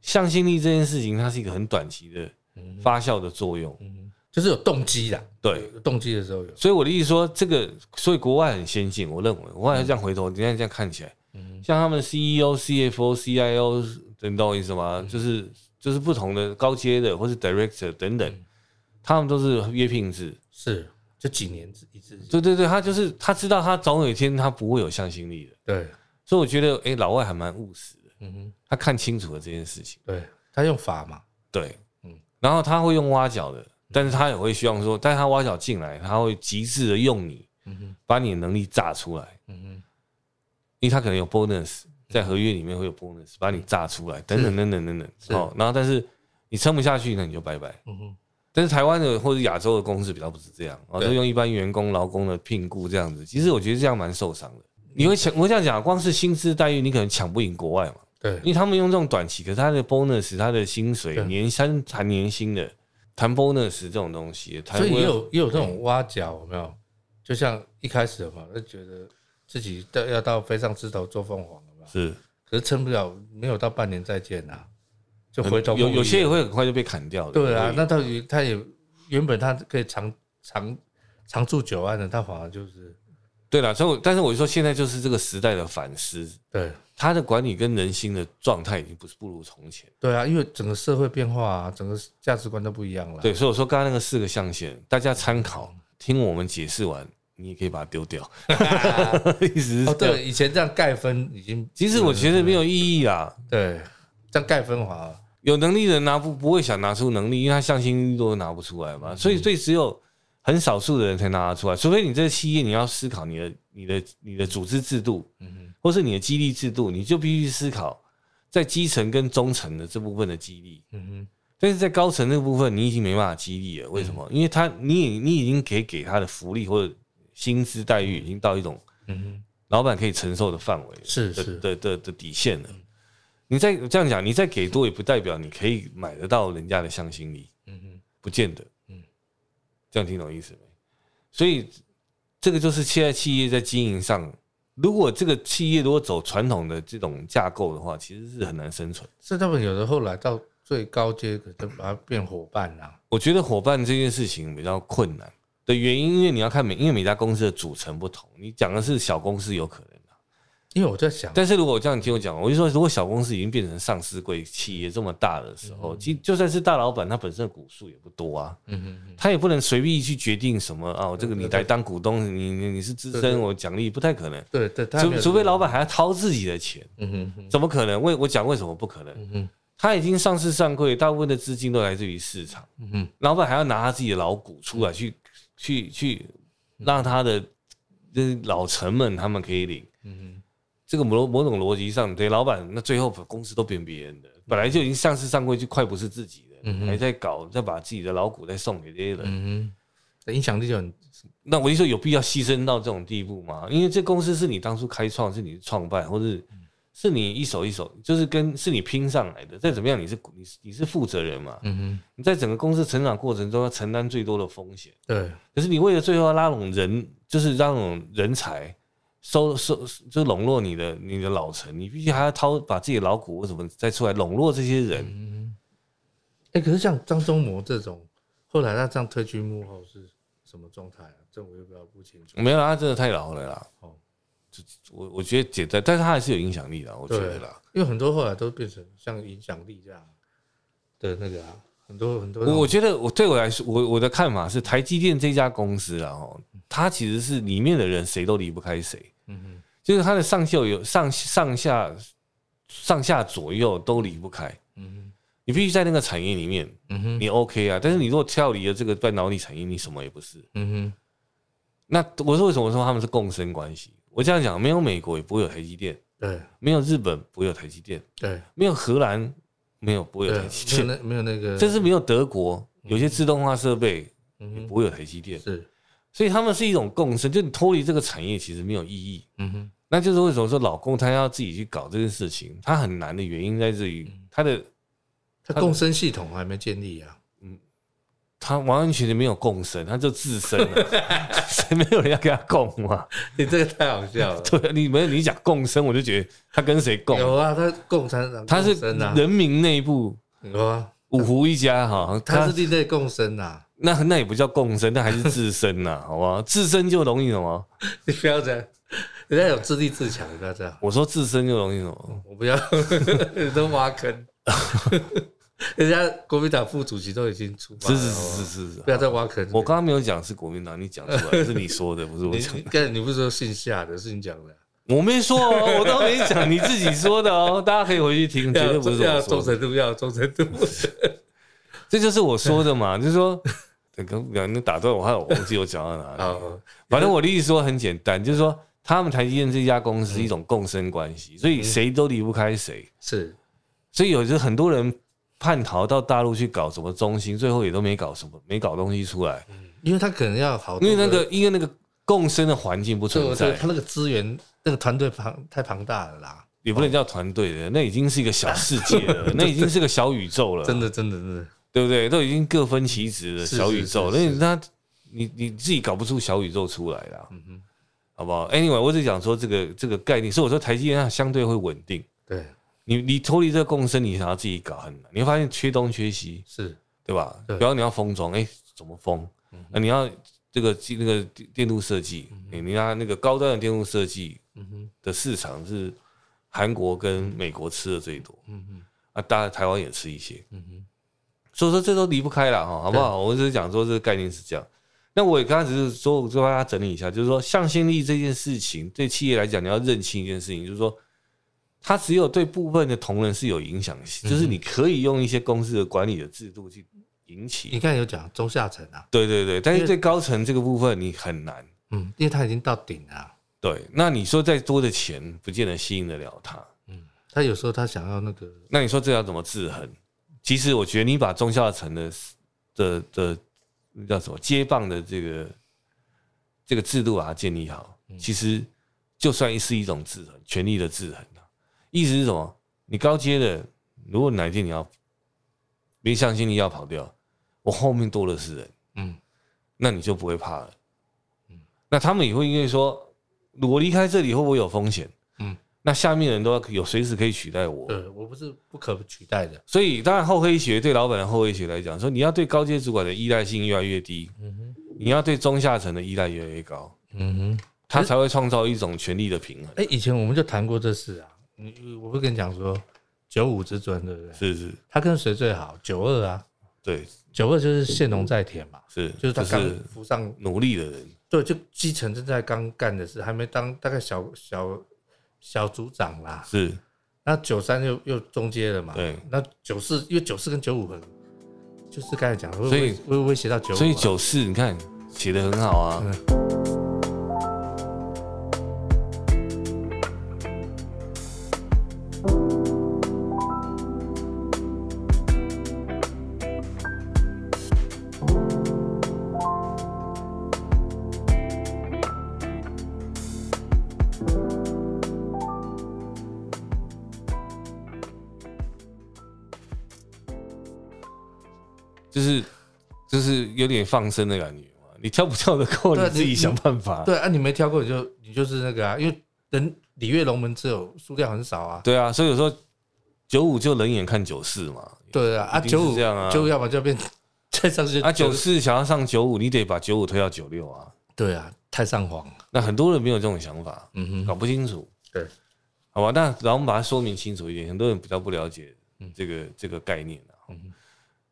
B: 向心力这件事情，它是一个很短期的
A: 嗯
B: 发酵的作用。
A: 嗯，就是有动机啦。
B: 对，
A: 有动机的时候有。
B: 所以我的意思说，这个所以国外很先进，我认为国外这样回头，你看这样看起来，
A: 嗯
B: 像他们 E CEO、CFO、CIO，你懂我意思吗？
A: 嗯
B: 就是就是不同的高阶的，或是 director 等等，
A: 嗯
B: 他们都是约聘制。
A: 是，就几年一次。
B: 对对对，他就是他知道他总有一天他不会有向心力的，
A: 对，
B: 所以我觉得，诶，老外还蛮务实的，
A: 嗯哼，
B: 他看清楚了这件事情。
A: 对他用法嘛。
B: 对，嗯
A: 嗯，
B: 然后他会用挖角的，但是他也会希望说，但是他挖角进来，他会极致的用你，
A: 嗯哼，
B: 把你的能力炸出来，
A: 嗯哼，
B: 因为他可能有 bonus，在合约里面会有 bonus，把你炸出来，等等等等等等。
A: 嗯是
B: 哦，然后但是你撑不下去，那你就拜拜。
A: 嗯哼，
B: 但是台湾的或者亚洲的公司比较不是这样，啊，
A: 对
B: 都用一般员工、劳工的聘雇这样子。其实我觉得这样蛮受伤的。你会抢，我这样讲，光是薪资待遇，你可能抢不赢国外嘛，
A: 对
B: 因为他们用这种短期，可是他的 bonus、他的薪水
A: 对
B: 年薪谈年薪的，谈 bonus 这种东西，谈
A: 所以也有也有这种挖角，有没有？就像一开始有没有就觉得自己到要到飞上枝头做凤凰，有没有？
B: 是
A: 可是撑不了，没有到半年再见呐、就回头
B: 嗯有
A: 梦遗
B: 有些也会很快就被砍掉的。
A: 对啊
B: 所以，
A: 那到底他也原本他可以长长长住久安的，他反而就是
B: 对啦，所以我但是我就说现在就是这个时代的反思，
A: 对
B: 他的管理跟人心的状态已经不是不如从前。
A: 对啊，因为整个社会变化啊，整个价值观都不一样了。
B: 对，所以我说刚刚那个四个象限，大家参考，听我们解释完，你也可以把它丢掉， 意思
A: 哦，
B: 是这样。
A: 对，以前这样盖分已经
B: 其实我觉得没有意义啦，
A: 对这样盖分化啊，
B: 有能力的人拿不不会想拿出能力，因为他向心力都拿不出来
A: 嗯
B: 嘛，所以所以只有很少数的人才拿得出来，除非你这个企业你要思考你的你的你的组织制度，
A: 嗯
B: 或是你的激励制度，你就必须思考在基层跟中层的这部分的激励。
A: 哼，嗯
B: 但是在高层那个部分，你已经没办法激励了。为什么？因为他你已你已经可以给他的福利或者薪资待遇已经到一种
A: 哼，嗯哼，
B: 老板可以承受的范围了，
A: 是
B: 的
A: 是嗯
B: 的的的底线了。你再这样讲，你再给多也不代表你可以买得到人家的向心力，
A: 嗯哼，
B: 不见得。嗯
A: 嗯，
B: 这样听懂意思没？所以这个就是现在企业在经营上，如果这个企业如果走传统的这种架构的话，其实是很难生存。
A: 是他们有的后来到最高阶可能把它变伙伴啊啦、
B: 我觉得伙伴这件事情比较困难的原因，因为你要看每，因为每家公司的组成不同。你讲的是小公司有可能啊，
A: 因为我在想，
B: 但是如果我这样你听我讲，我就说，如果小公司已经变成上市贵企业这么大的时候，其就算是大老板，他本身的股数也不多啊，
A: 嗯哼哼，
B: 他也不能随便去决定什么啊，我这个你来当股东，你你你是资
A: 对对
B: 深，我奖励不太可能，
A: 对对，他没
B: 除
A: 有
B: 除非老板还要掏自己的钱，
A: 嗯哼哼，
B: 怎么可能？为我讲为什么不可能？
A: 嗯哼，
B: 他已经上市上柜，大部分的资金都来自于市场，
A: 嗯哼，嗯
B: 老板还要拿他自己的老股出来去去去让他的就是老臣们他们可以领。
A: 嗯
B: 这个某某种逻辑上，对老板那最后把公司都变别人的，本来就已经上市上柜就快不是自己
A: 嗯
B: 的，
A: 哼
B: 还在搞再把自己的老股再送给这些
A: 哼，
B: 人，
A: 嗯哼，影响力就很，
B: 那我就说有必要牺牲到这种地步吗？因为这公司是你当初开创，是你的创办，或是
A: 嗯
B: 是你一手一手，就是跟是你拼上来的。再怎么样，你是股你是你是负责人嘛？
A: 嗯哼，
B: 你在整个公司成长过程中要承担最多的风险。
A: 对，
B: 可是你为了最后要拉拢人，就是拉拢人才，收收就笼络你的你的老臣，你必须还要掏把自己的老股什么再出来笼络这些人。
A: 嗯哼，哎，可是像张忠谋这种，后来他这样退居幕后是什么状态啊？这我又比较不清楚。
B: 没有啦，他真的太老了啦。
A: 哦，
B: 我我觉得简单，但是他还是有影响力的，我觉得啦。
A: 因为很多后来都变成像影响力这样的那个啊，很多很多那
B: 我
A: 种。
B: 我觉得我对我来说，我我的看法是，台积电这家公司啊，哦，它其实是里面的人谁都离不开谁，
A: 嗯哼，
B: 就是它的上秀有上上下上下左右都离不开。
A: 嗯
B: 你必须在那个产业里面，
A: 哼，嗯哼，
B: 你 OK 啊，但是你如果跳离了这个半导体产业，你什么也不是。
A: 嗯哼，
B: 那我说为什么说他们是共生关系？我这样讲，没有美国也不会有台积电，
A: 对
B: 没有日本不会有台积电，
A: 对
B: 没有荷兰没有不会有台积
A: 对，
B: 电，
A: 没有那没有那个，
B: 甚至没有德国有些自动化设备
A: 嗯
B: 也
A: 哼
B: 不会有台积电，
A: 是，
B: 所以他们是一种共生，就你脱离这个产业其实没有意义。
A: 嗯哼，
B: 那就是为什么说老公他要自己去搞这件事情，他很难的原因在这于
A: 嗯
B: 他的
A: 他共生系统还没建立啊。
B: 他完完全全没有共生，他就自身了， 谁没有人要跟他共嘛？
A: 你这个太好笑了。
B: 对，啊你没有你讲共生，我就觉得他跟谁共？
A: 有啊，他 共产党
B: 他是
A: 共生啊，
B: 人民内部
A: 有啊，
B: 五湖一家哈，
A: 他
B: 他
A: 是另类共生啊呐。
B: 那那也不叫共生，那还是自身呐，好不好？自身就容易什么？
A: 你不要这样，人家有自立自强，你不要这样。
B: 我说自身就容易什么？
A: 我不要， 都挖坑。 人家国民党副主席都已经出马
B: 是
A: 了，
B: 是
A: 好不好
B: 是是是
A: 不。要再挖坑。
B: 我刚刚没有讲是国民党，你讲出来是你说的，不是 我
A: 你
B: 讲
A: 你。刚才你不是说姓夏的，是你讲的啊，
B: 我没说哦，我都没讲，你自己说的哦，大家可以回 去听，绝对
A: 要
B: 不是
A: 啊要
B: 我
A: 忠
B: 说的。
A: 诚度，要忠诚 度。
B: 这就是我说的
A: 啊
B: 嘛，就是说，刚刚你打断我，还有我忘记我讲到哪里。
A: 好，
B: 反正我的意思说很简单，就是说他们台积电这家公司是一种共生关系，
A: 嗯
B: 所以谁都离不开谁。
A: 是，
B: 所以有时候很多人叛逃到大陆去搞什么中心，最后也都没搞什么，没搞东西出来，
A: 因为他可能要好多，
B: 因为那个因为那个共生的环境不
A: 对
B: 存
A: 对，
B: 在
A: 他，那个资源，那个团队庞太庞大了啦，
B: 也不能叫团队的，那已经是一个小世界 了，那已经是个小宇宙了，
A: 哦真的真的真的，
B: 对不对？都已经各分其职的
A: 是
B: 小宇宙，
A: 是
B: 那
A: 是
B: 你那你你自己搞不出小宇宙出来啦，
A: 嗯哼，
B: 好不好？Anyway，我只想说这个这个概念，所以我说台积电它相对会稳定。
A: 对，
B: 你你脱离这个共生，你想要自己搞很难，你会发现缺东缺西，
A: 是，
B: 对吧？
A: 对嗯
B: 比方你要封装，哎、怎么封？啊，你要这个那个电电路设计，你你看那个高端的电路设计
A: 嗯哼，
B: 的市场是韩国跟美国吃的最多，
A: 嗯哼，
B: 啊，当然台湾也吃一些，
A: 嗯哼，
B: 所以说这都离不开了哈，好不好？我只是讲说这个概念是这样。那我也刚才只是说，我就帮大家整理一下，就是说向心力这件事情，对企业来讲，你要认清一件事情，就是说，它只有对部分的同仁是有影响性，就是你可以用一些公司的管理的制度去引起
A: 你刚才有讲中下层啊，
B: 对对对，但是对高层这个部分你很难。
A: 嗯，因为他已经到顶了啊，
B: 对，那你说再多的钱，不见得吸引得了他。
A: 他有时候他想要那个，
B: 那你说这要怎么制衡？其实我觉得你把中下层的的的那叫什么接棒的这个这个制度把它建立好，其实就算是一种制衡，权力的制衡啊。意思是什么？你高阶的，如果哪一天你要没向心力要跑掉，我后面多的是人。
A: 嗯，
B: 那你就不会怕了。那他们也会因为说，我离开这里会不会有风险？
A: 嗯，
B: 那下面人都有随时可以取代我。
A: 对我不是不可取代的。
B: 所以，当然厚黑学对老板的厚黑学来讲，说你要对高阶主管的依赖性越来越低，
A: 嗯哼，
B: 你要对中下层的依赖越来越高，
A: 嗯哼。
B: 他才会创造一种权力的平衡。
A: 哎、以前我们就谈过这事啊。你我不跟你讲说九五之尊，对不对？
B: 是是，
A: 他跟谁最好？九二啊，
B: 对，
A: 九二就是现农在田嘛，
B: 是，
A: 就是他
B: 就
A: 刚
B: 是
A: 浮上，
B: 努力的人，
A: 对，就基层正在刚干的事，还没当大概小小小组长啦。
B: 是
A: 那九三又又中阶了嘛？
B: 对。
A: 那九四因为九四跟九五很，就是刚才讲，会
B: 所以
A: 会威胁到九五、啊
B: 所以九四，你看写的很好啊。就是就是有点放生的感觉嘛。你跳不跳得够，
A: 对
B: 你
A: 啊
B: 自己
A: 你
B: 想办法。
A: 对啊，你没挑过你就你就是那个啊，因为人里月龙门只有数量很少啊。
B: 对啊，所以说九五就冷眼看九四嘛。
A: 对啊，啊
B: 一定
A: 九
B: 是
A: 五
B: 这样啊
A: 九五要么就变 再上去
B: 啊，九四想要上九五，你得把九五推到九六啊。
A: 对啊，太上皇了。
B: 那很多人没有这种想法，
A: 嗯
B: 搞
A: 哼，
B: 不清楚。
A: 对，
B: 好吧，那然后我们把它说明清楚一点，很多人比较不了解这个、这个概念啊。
A: 嗯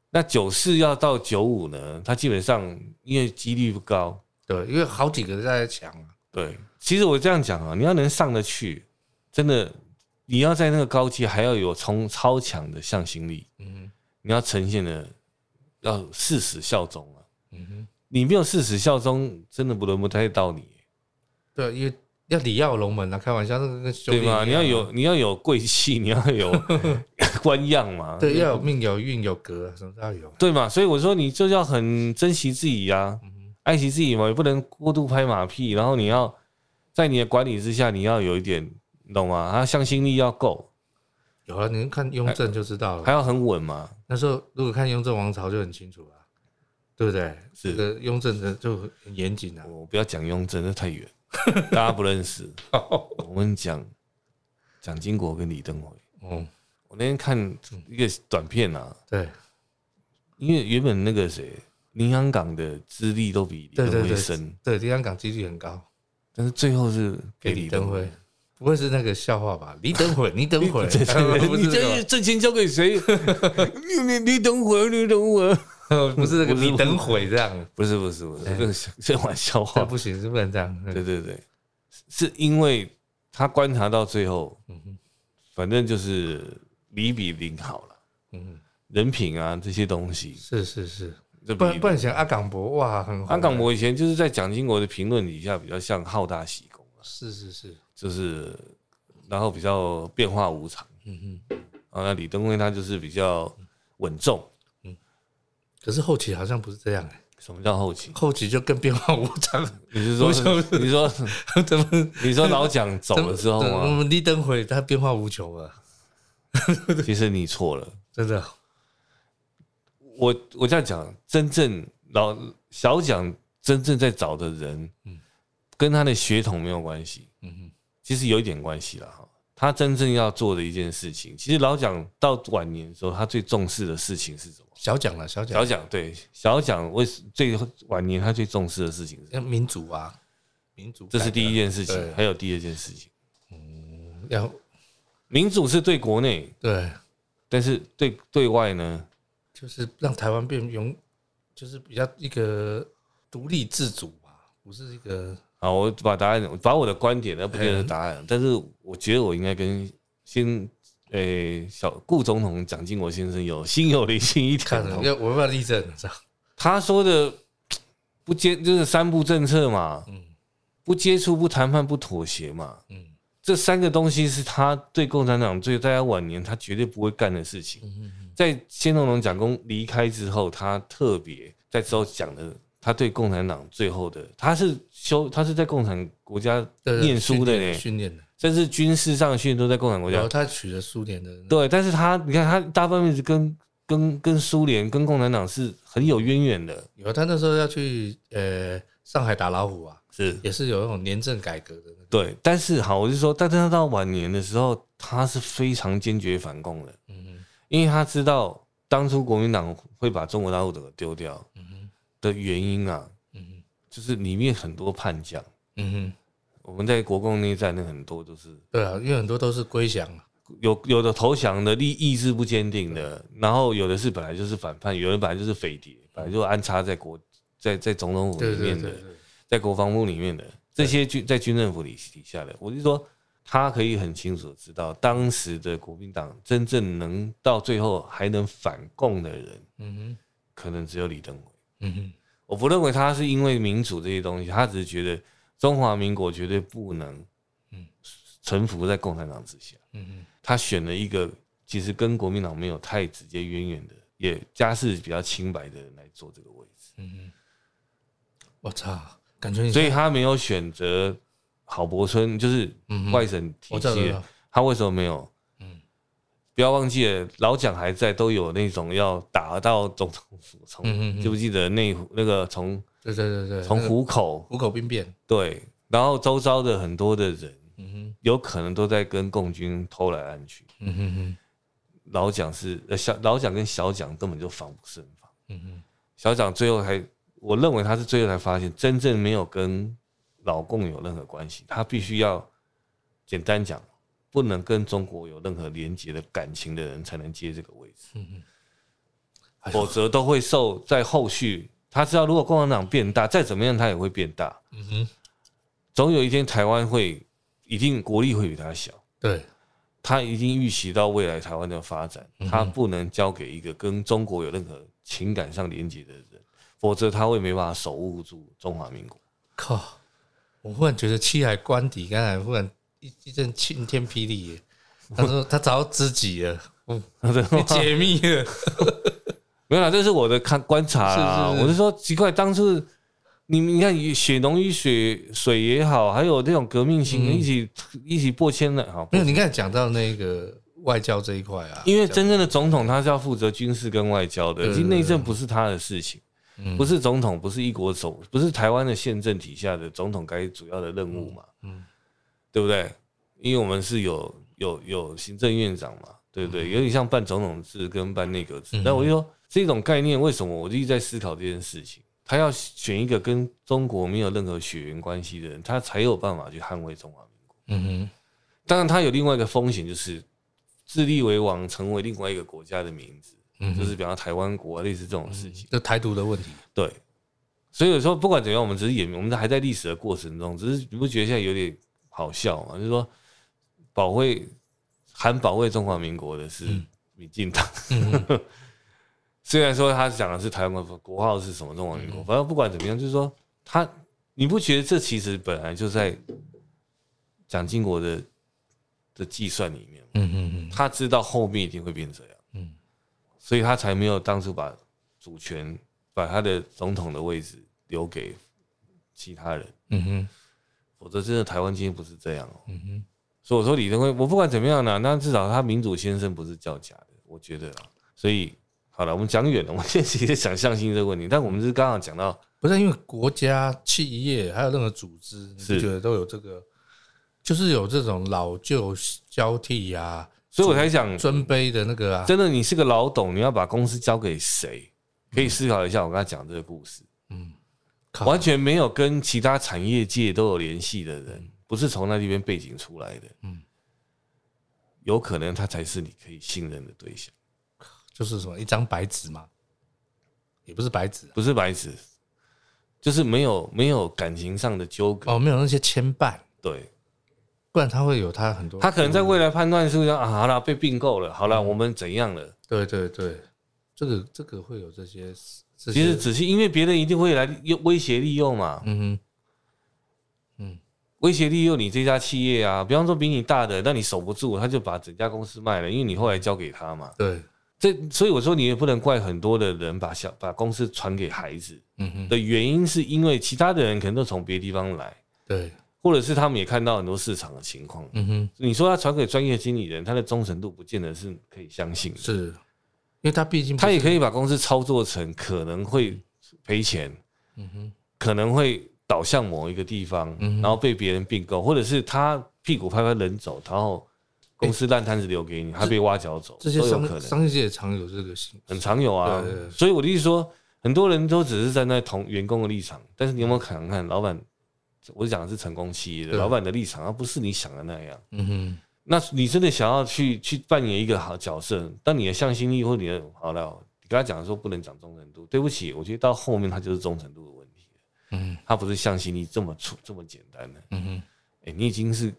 B: 那九四要到九五呢，它基本上因为几率不高，
A: 对，因为好几个在抢啊。
B: 对，其实我这样讲啊，你要能上得去，真的，你要在那个高阶还要有从超强的向心力，
A: 嗯
B: 你要呈现的要誓死效忠啊！
A: 哼，嗯哼，
B: 你没有誓死效忠，真的不轮不太到你，
A: 对，因为要里耀龙门啊，开玩笑，那个跟兄弟
B: 对吗？
A: 一
B: 你
A: 样
B: 要
A: 啊
B: 有你要有贵气，你 要有官样嘛，
A: 对，要有命有运有格啊，什么都要有。
B: 对嘛？所以我说你就要很珍惜自己呀、
A: 嗯
B: 啊，爱惜自己嘛，也不能过度拍马屁，然后你要在你的管理之下，你要有一点，你懂吗？啊，向心力要够，
A: 有了，你看雍正就知道了
B: 还。要很稳嘛。
A: 那时候如果看雍正王朝就很清楚了、对不对？
B: 是哦
A: 这个雍正的就很严谨啊。
B: 我不要讲雍正，那太远，大家不 认识。我们讲蒋经国跟李登辉。
A: 嗯，
B: 我那天看一个短片啊，
A: 对
B: 因为原本那个谁，林洋港的资历都比李
A: 对
B: 登
A: 对
B: 辉
A: 对
B: 深，，
A: 对，香港几率很高，
B: 但是最后是给
A: 给
B: 李
A: 李
B: 登
A: 登
B: 辉
A: 辉。。不会是那个笑话吧？李登辉，李登辉，
B: 对 对对
A: 不
B: 你
A: 是
B: 这
A: 这
B: 挣钱交给谁？ 你你你等会儿，你等会儿。
A: 个，不是那个
B: 不是
A: 李登辉这样，
B: 不是不是
A: 哎
B: 不是，这个是 这玩笑
A: 这
B: 话。
A: 不行，是不能这样。
B: 对对对，是因为他观察到最后，
A: 嗯哼
B: 反正就是李比林好了。
A: 嗯哼，
B: 人品啊这些东西，
A: 是是是，
B: 这
A: 不然
B: 比
A: 不然想阿港博哇，很红
B: 安港我以前就是在蒋经国的评论底下比较像好大喜功啊
A: 是是是，
B: 就是然后比较变化无常
A: 嗯哼。
B: 啊。那李登辉他就是比较稳重。
A: 可是后期好像不是这样哎，
B: 什么叫 后期？
A: 后期就更变化无常，
B: 你是说
A: 不是不
B: 你说
A: 怎么
B: 你说老蒋走了之 后
A: 对我
B: 吗？
A: 们李登辉他变化无穷啊，
B: 其实你错了。
A: 真的。
B: 我我这样讲，真正老小蒋真正在找的人，
A: 嗯
B: 跟他的血统没有关系。
A: 嗯
B: 其实有一点关系了哈。他真正要做的一件事情，其实老蒋到晚年的时候，他最重视的事情是什么？
A: 哼，小蒋了，小蒋
B: 小，蒋对小蒋为最晚年他最重视的事情是什么，
A: 要民主啊，民主，啊
B: 这是第一，件事情
A: 对，
B: 还有第二件事情，
A: 要
B: 民主是对国内，
A: 对，
B: 但是对对外呢，
A: 就是让台湾变永，就是比较一个独立自主嘛，不是一个
B: 啊，我把答案，把我的观点，而不见得是答案，但是我觉得我应该跟先。诶、小顾总统蒋经国先生有心有灵犀一点
A: 看了，
B: 哦，
A: 要我要立正，这样
B: 他说的不接就是三不政策嘛，
A: 嗯
B: 不接触、不谈判、不妥协嘛，
A: 嗯
B: 这三个东西是他对共产党、对大家晚年他绝对不会干的事情。
A: 嗯嗯，
B: 在先农龙蒋公离开之后，他特别在之后讲的，他对共产党最后的，他是修，他是在共产国家
A: 对
B: 念
A: 训
B: 书的
A: 练
B: 呢，
A: 训练的，
B: 甚至军事上的训练都在共产国
A: 然
B: 家
A: 后。他娶了苏联的那，
B: 对，但是他，你看他大半辈子跟跟跟苏联、跟共产党是很有渊源的。
A: 有他那时候要去呃上海打老虎啊，
B: 是
A: 也是有那种廉政改革的那种。
B: 对，但是好，我是说，但是他到晚年的时候，他是非常坚决反共的，
A: 嗯
B: 因为他知道当初国民党会把中国大陆整个丢掉
A: 哼嗯哼
B: 的原因啊，
A: 嗯哼
B: 就是里面很多叛将，
A: 嗯哼，
B: 我们在国共内战那很多都是
A: 对啊，因为很多都是归降啊，
B: 有有的投降的，意意志不坚定的，然后有的是本来就是反叛，有人本来就是匪谍，本来就安插在国在在总统府
A: 对
B: 里
A: 对
B: 面
A: 对
B: 的，
A: 对，
B: 在国防部里面的这些军在军政府里底下的，我就说他可以很清楚地知道，当时的国民党真正能到最后还能反共的人，
A: 嗯哼
B: 可能只有李登辉。
A: 嗯哼
B: 我不认为他是因为民主这些东西，他只是觉得中华民国绝对不能
A: 嗯
B: 臣服在共产党之下。
A: 嗯哼
B: 他选了一个其实跟国民党没有太直接渊源的，也家世比较清白的人来做这个位置，
A: 嗯哼，我操，感觉你
B: 所以他没有选择郝柏村，就是
A: 嗯哼
B: 外省体
A: 我知道
B: 系
A: 知
B: 的
A: 道，
B: 他为什么没有？
A: 嗯
B: 不要忘记了，老蒋还在，都有那种要打到总统府，
A: 嗯嗯
B: 从
A: 嗯
B: 记不记得内湖那个从
A: 对对对对，
B: 从
A: 那个
B: 虎口
A: 虎口兵变，
B: 对，然后周遭的很多的人
A: 嗯哼
B: 有可能都在跟共军偷来暗去，
A: 嗯哼哼
B: 老蒋是呃小老蒋跟小蒋根本就防不胜防。
A: 嗯哼
B: 小蒋最后还，我认为他是最后才发现，真正没有跟老共有任何关系，他必须要简单讲，不能跟中国有任何连结的感情的人才能接这个位置，
A: 嗯哼，哎呦
B: 否则都会受在后续。他知道，如果共产党变大，再怎么样他也会变大，
A: 嗯哼，
B: 总有一天台湾会一定国力会比他小。
A: 对，
B: 他已经预期到未来台湾的发展，
A: 嗯
B: 他不能交给一个跟中国有任何情感上连接的人，否则他会没办法守护住中华民国。
A: 靠！我忽然觉得七海官邸刚才忽然一一阵晴天霹雳耶。他说他找到知己了，嗯，被解密了。
B: 没有啦，这是我的看观察啦。
A: 是是是
B: 我是说，奇怪，当初你你看血浓于水水也好，还有这种革命性一起、一起破千的好，
A: 嗯没有，你刚才讲到那个外交这一块啊，
B: 因为真正的总统他是要负责军事跟外交的，
A: 对
B: 其实内政不是他的事情，
A: 嗯
B: 不是总统，不是一国总，不是台湾的宪政体下的总统该主要的任务嘛，
A: 嗯
B: 对不对？因为我们是有有有行政院长嘛，对
A: 嗯
B: 不对？有点像办总统制跟办内阁制。那、我就说这种概念，为什么我就一直在思考这件事情？他要选一个跟中国没有任何血缘关系的人，他才有办法去捍卫中华民国。
A: 嗯
B: 当然，它有另外一个风险，就是自立为王，成为另外一个国家的名字，
A: 嗯哼
B: 就是比方台湾国啊类似这种事情
A: 哼，。就台独的问题，
B: 对，所以有时候不管怎样，我们只是演，我们还在历史的过程中，只是你不觉得现在有点好笑吗？就是说，保卫喊保卫中华民国的是民进党， 虽然说他讲的是台湾国国号是什么中华民国，反正不管怎么样，就是说他，你不觉得这其实本来就在蒋经国的的计算里面吗？
A: 嗯嗯
B: 他知道后面一定会变这样，
A: 嗯
B: 所以他才没有当初把主权、把他的总统的位置留给其他人，
A: 嗯哼
B: 否则真的台湾今天不是这样哦、
A: 嗯哼，
B: 所以我说李登辉，我不管怎么样呢、那至少他民主先生不是叫假的，我觉得啊。所以好了，我们讲远了，我们现在其实想象性这个问题，但我们是刚好讲到
A: 不是因为国家、企业还有任何组织，你不
B: 是
A: 觉得都有这个，就是有这种老旧交替啊，
B: 所以我才想，
A: 尊卑的那个啊，
B: 真的你是个老董，你要把公司交给谁？可以思考一下我刚才讲这个故事。
A: 嗯，
B: 完全没有跟其他产业界都有联系的人，不是从那地边背景出来的，
A: 嗯
B: 有可能他才是你可以信任的对象，
A: 就是什么一张白纸嘛，也不是白纸啊、
B: 不是白纸，就是没有没有感情上的纠葛。
A: 哦，没有那些牵绊，
B: 对
A: 不然他会有他很多。
B: 他可能在未来判断是不是啊，好了，被并购了，好了，我们怎样了？
A: 对对对，这个这个会有这些事，这
B: 其实
A: 些
B: 只是因为别人一定会来利用威胁利用嘛，
A: 嗯
B: 威胁利用你这家企业啊，比方说比你大的，那你守不住，他就把整家公司卖了，因为你后来交给他嘛
A: 哼，。对，
B: 这所以我说你也不能怪很多的人把小把公司传给孩子
A: 嗯哼，
B: 的原因，是因为其他的人可能都从别的地方来，
A: 对，
B: 或者是他们也看到很多市场的情况。
A: 嗯哼，
B: 你说他传给专业经理人，他的忠诚度不见得是可以相信的，
A: 是，因为他毕竟不
B: 他也
A: 是
B: 可以把公司操作成可能会赔钱，
A: 嗯哼，
B: 可能会倒向某一个地方，
A: 嗯哼
B: 然后被别人并购，或者是他屁股拍拍人走，然后公司烂摊子留给你，他被挖角走，
A: 这些
B: 都有可
A: 商
B: 能，
A: 商业界常有这个行
B: 很常有啊
A: 对对。对
B: 所以我的意思说，很多人都只是站在同员工的立场，但是你有没有想看老板？我讲的是成功企业的
A: 对
B: 老板的立场，而不是你想的那样。
A: 嗯哼，
B: 那你真的想要去去扮演一个好角色，但你的向心力或你的好了，你跟他讲说不能讲忠诚度，对不起，我觉得到后面他就是忠诚度的问题了
A: 嗯，
B: 他不是向心力这么粗这么简单的。
A: 嗯哼，
B: 哎、你已经是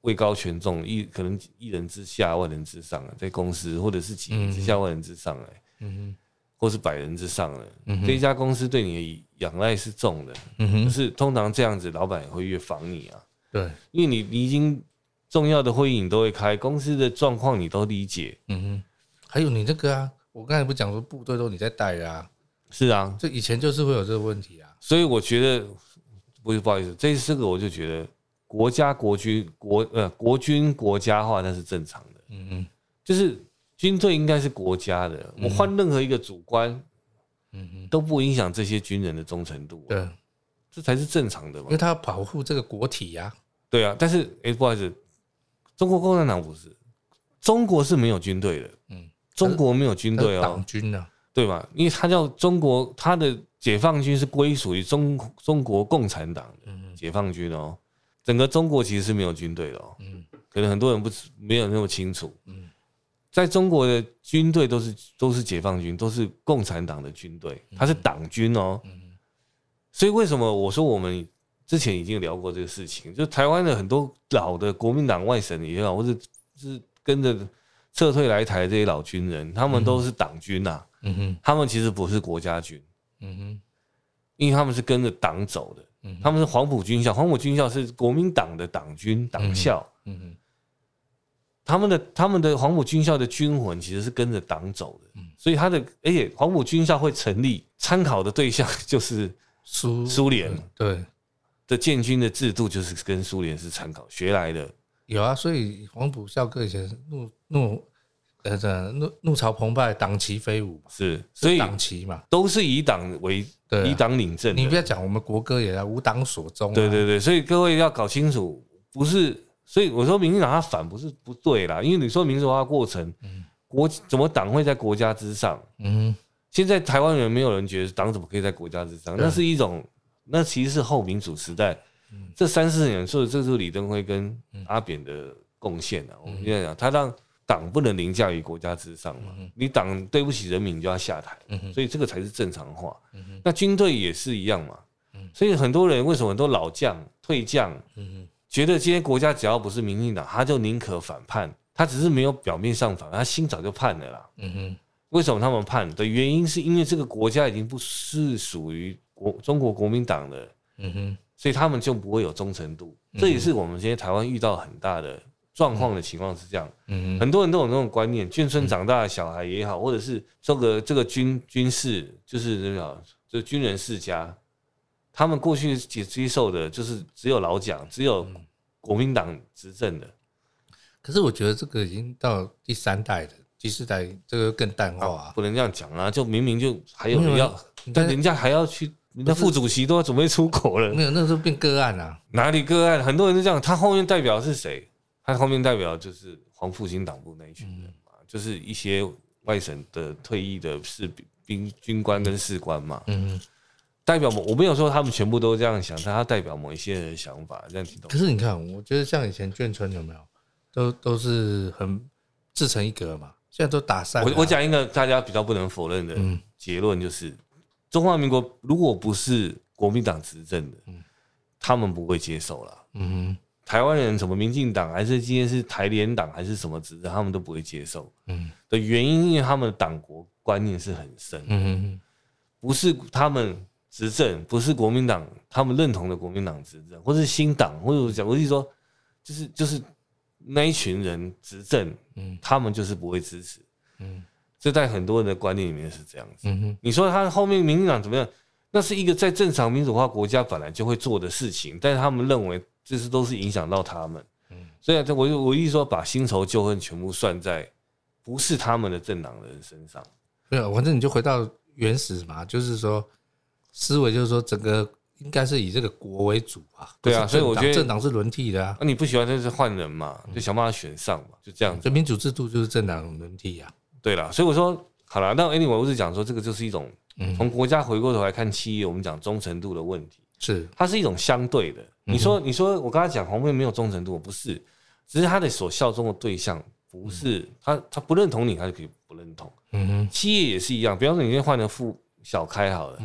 B: 位高权重，一可能一人之下万人之上了，在公司或者是几人之下万人之上了、
A: 嗯
B: 或是百人之上了。
A: 嗯哼
B: 这一家公司对你的仰赖是重的，
A: 哼，嗯
B: 可
A: 哼，
B: 是通常这样子，老板也会越防你啊。
A: 对，
B: 因为你你已经重要的会议你都会开，公司的状况你都理解。
A: 嗯哼，还有你那个啊，我刚才不讲说部队都你在带啊，
B: 是啊，
A: 这以前就是会有这个问题啊，
B: 所以我觉得不是不好意思，这四个我就觉得国家国军国呃国军国家化那是正常的，
A: 嗯哼，
B: 就是军队应该是国家的，我换任何一个主官
A: 嗯哼，
B: 都不影响这些军人的忠诚度、啊
A: 对，，啊
B: 这才是正常的
A: 因
B: 嘛
A: 为。他要保护这个国体呀、
B: 对啊，但是哎、不好意思，中国共产党不是，中国是没有军队的，
A: 嗯，
B: 中国没有军
A: 他
B: 队
A: 是
B: 哦、
A: 党军啊，
B: 对吧？因为它叫中国，它的解放军是归属于中中国共产党的
A: 嗯
B: 解放军哦。整个中国其实是没有军队的哦，
A: 嗯
B: 可能很多人不知没有那么清楚。
A: 嗯
B: 在中国的军队都是都是解放军，都是共产党的军队，它是党军哦。
A: 嗯
B: 所以为什么我说我们之前已经聊过这个事情，就台湾的很多老的国民党外省也好，或者是跟着撤退来台的这些老军人，他们都是党军啊呐、
A: 嗯哼，
B: 他们其实不是国家军。
A: 嗯哼，
B: 因为他们是跟着党走的，
A: 嗯哼
B: 他们是黄埔军校，黄埔军校是国民党的党军党校，
A: 嗯哼，
B: 他们的他们的黄埔军校的军魂其实是跟着党走的，
A: 嗯
B: 所以他的而且黄埔军校会成立，参考的对象 就是
A: 苏
B: 苏联
A: 对
B: 的建军的制度，就是跟苏联是参考学来的，
A: 有啊，所以黄埔校歌以前怒怒呃这怒怒潮澎湃，党旗飞舞嘛，
B: 是所以
A: 党旗嘛，
B: 都是以党为
A: 对啊
B: 以党领政的
A: 你不要讲我们国歌也啊，无党所宗、啊，
B: 对对对，所以各位要搞清楚，不是，所以我说民进党他反不是不对啦，因为你说民主化过程，国怎么党会在国家之上？
A: 嗯
B: 现在台湾人没有人觉得党怎么可以在国家之上，
A: 对
B: 那是一种，那其实是后民主时代
A: 嗯
B: 这三四年，所以这就是李登辉跟阿扁的贡献
A: 嗯
B: 啊。我们现在讲，他让党不能凌驾于国家之上嘛，你党对不起人民，你就要下台。
A: 嗯哼
B: 所以这个才是正常化
A: 嗯哼。
B: 那军队也是一样嘛
A: 嗯。
B: 所以很多人为什么很多老将退将，
A: 嗯
B: 觉得今天国家只要不是民进党，他就宁可反叛，他只是没有表面上反叛，他心早就叛了啦。
A: 嗯哼
B: 为什么他们叛的原因，是因为这个国家已经不是属于国中国国民党了，
A: 嗯哼
B: 所以他们就不会有忠诚度。这
A: 嗯
B: 也是我们今天台湾遇到很大的状况的情况是这样。
A: 嗯哼嗯
B: 很多人都有那种观念，眷村长大的小孩也好，或者是这个这个军军事，就是那种就是军人世家，他们过去接接受的就是只有老蒋，只有国民党执政的，
A: 可是我觉得这个已经到第三代了，第四代这个更淡化、啊。
B: 不能这样讲啊！就明明就还有
A: 没有
B: 人
A: 啊
B: 要，但人家还要去，人家副主席都要准备出国了，
A: 没有，那时候变个案啊。
B: 哪里个案？很多人是这样，他后面代表是谁？他后面代表就是黄复兴党部那一群人嘛，就是一些外省的退役的士兵、兵军官跟士官嘛。
A: 嗯，
B: 代表某，我没有说他们全部都这样想，但他代表某一些人的想法，这样听懂
A: 可？是你看，我觉得像以前眷村有没有，都都是很自成一格嘛，现在都打散了啊、
B: 我我讲一个大家比较不能否认的
A: 嗯
B: 结论，就是、中华民国如果不是国民党执政的，他们不会接受了。
A: 嗯哼，
B: 台湾人什么民进党，还是今天是台联党，还是什么执政，他们都不会接受
A: 嗯
B: 的原因，因为他们的党国观念是很深，
A: 嗯哼
B: 不是他们执政，不是国民党他们认同的国民党执政，或是新党，或者我讲，我是说，就是就是那一群人执政，
A: 嗯
B: 他们就是不会支持。
A: 嗯
B: 这在很多人的观念里面是这样子。
A: 嗯哼
B: 你说他后面民进党怎么样？那是一个在正常民主化国家本来就会做的事情，但是他们认为这是都是影响到他们。所以啊，这我就我一说把新仇旧恨全部算在不是他们的政党的人身上。
A: 没有，反正你就回到原始嘛，就是说思维，就是说整个应该是以这个国为主啊。
B: 对啊
A: 不是
B: 所以
A: 政
B: 我
A: 党
B: 觉得
A: 政党是轮替的啊，
B: 那、你不喜欢就是换人嘛，就想办法选上嘛，就这样子。
A: 所以民主制度就是政党轮替啊。
B: 对啦，所以我说好了，那 anyway，我是讲说这个就是一种
A: 嗯
B: 从国家回过头来看企业，我们讲忠诚度的问题，
A: 是，
B: 它是一种相对的。你说，你说我刚才讲红卫没有忠诚度，不是，只是他的所效忠的对象不是他，他不认同你，他就可以不认同。
A: 嗯哼，
B: 企业也是一样，比方说你今天换了副小开好了，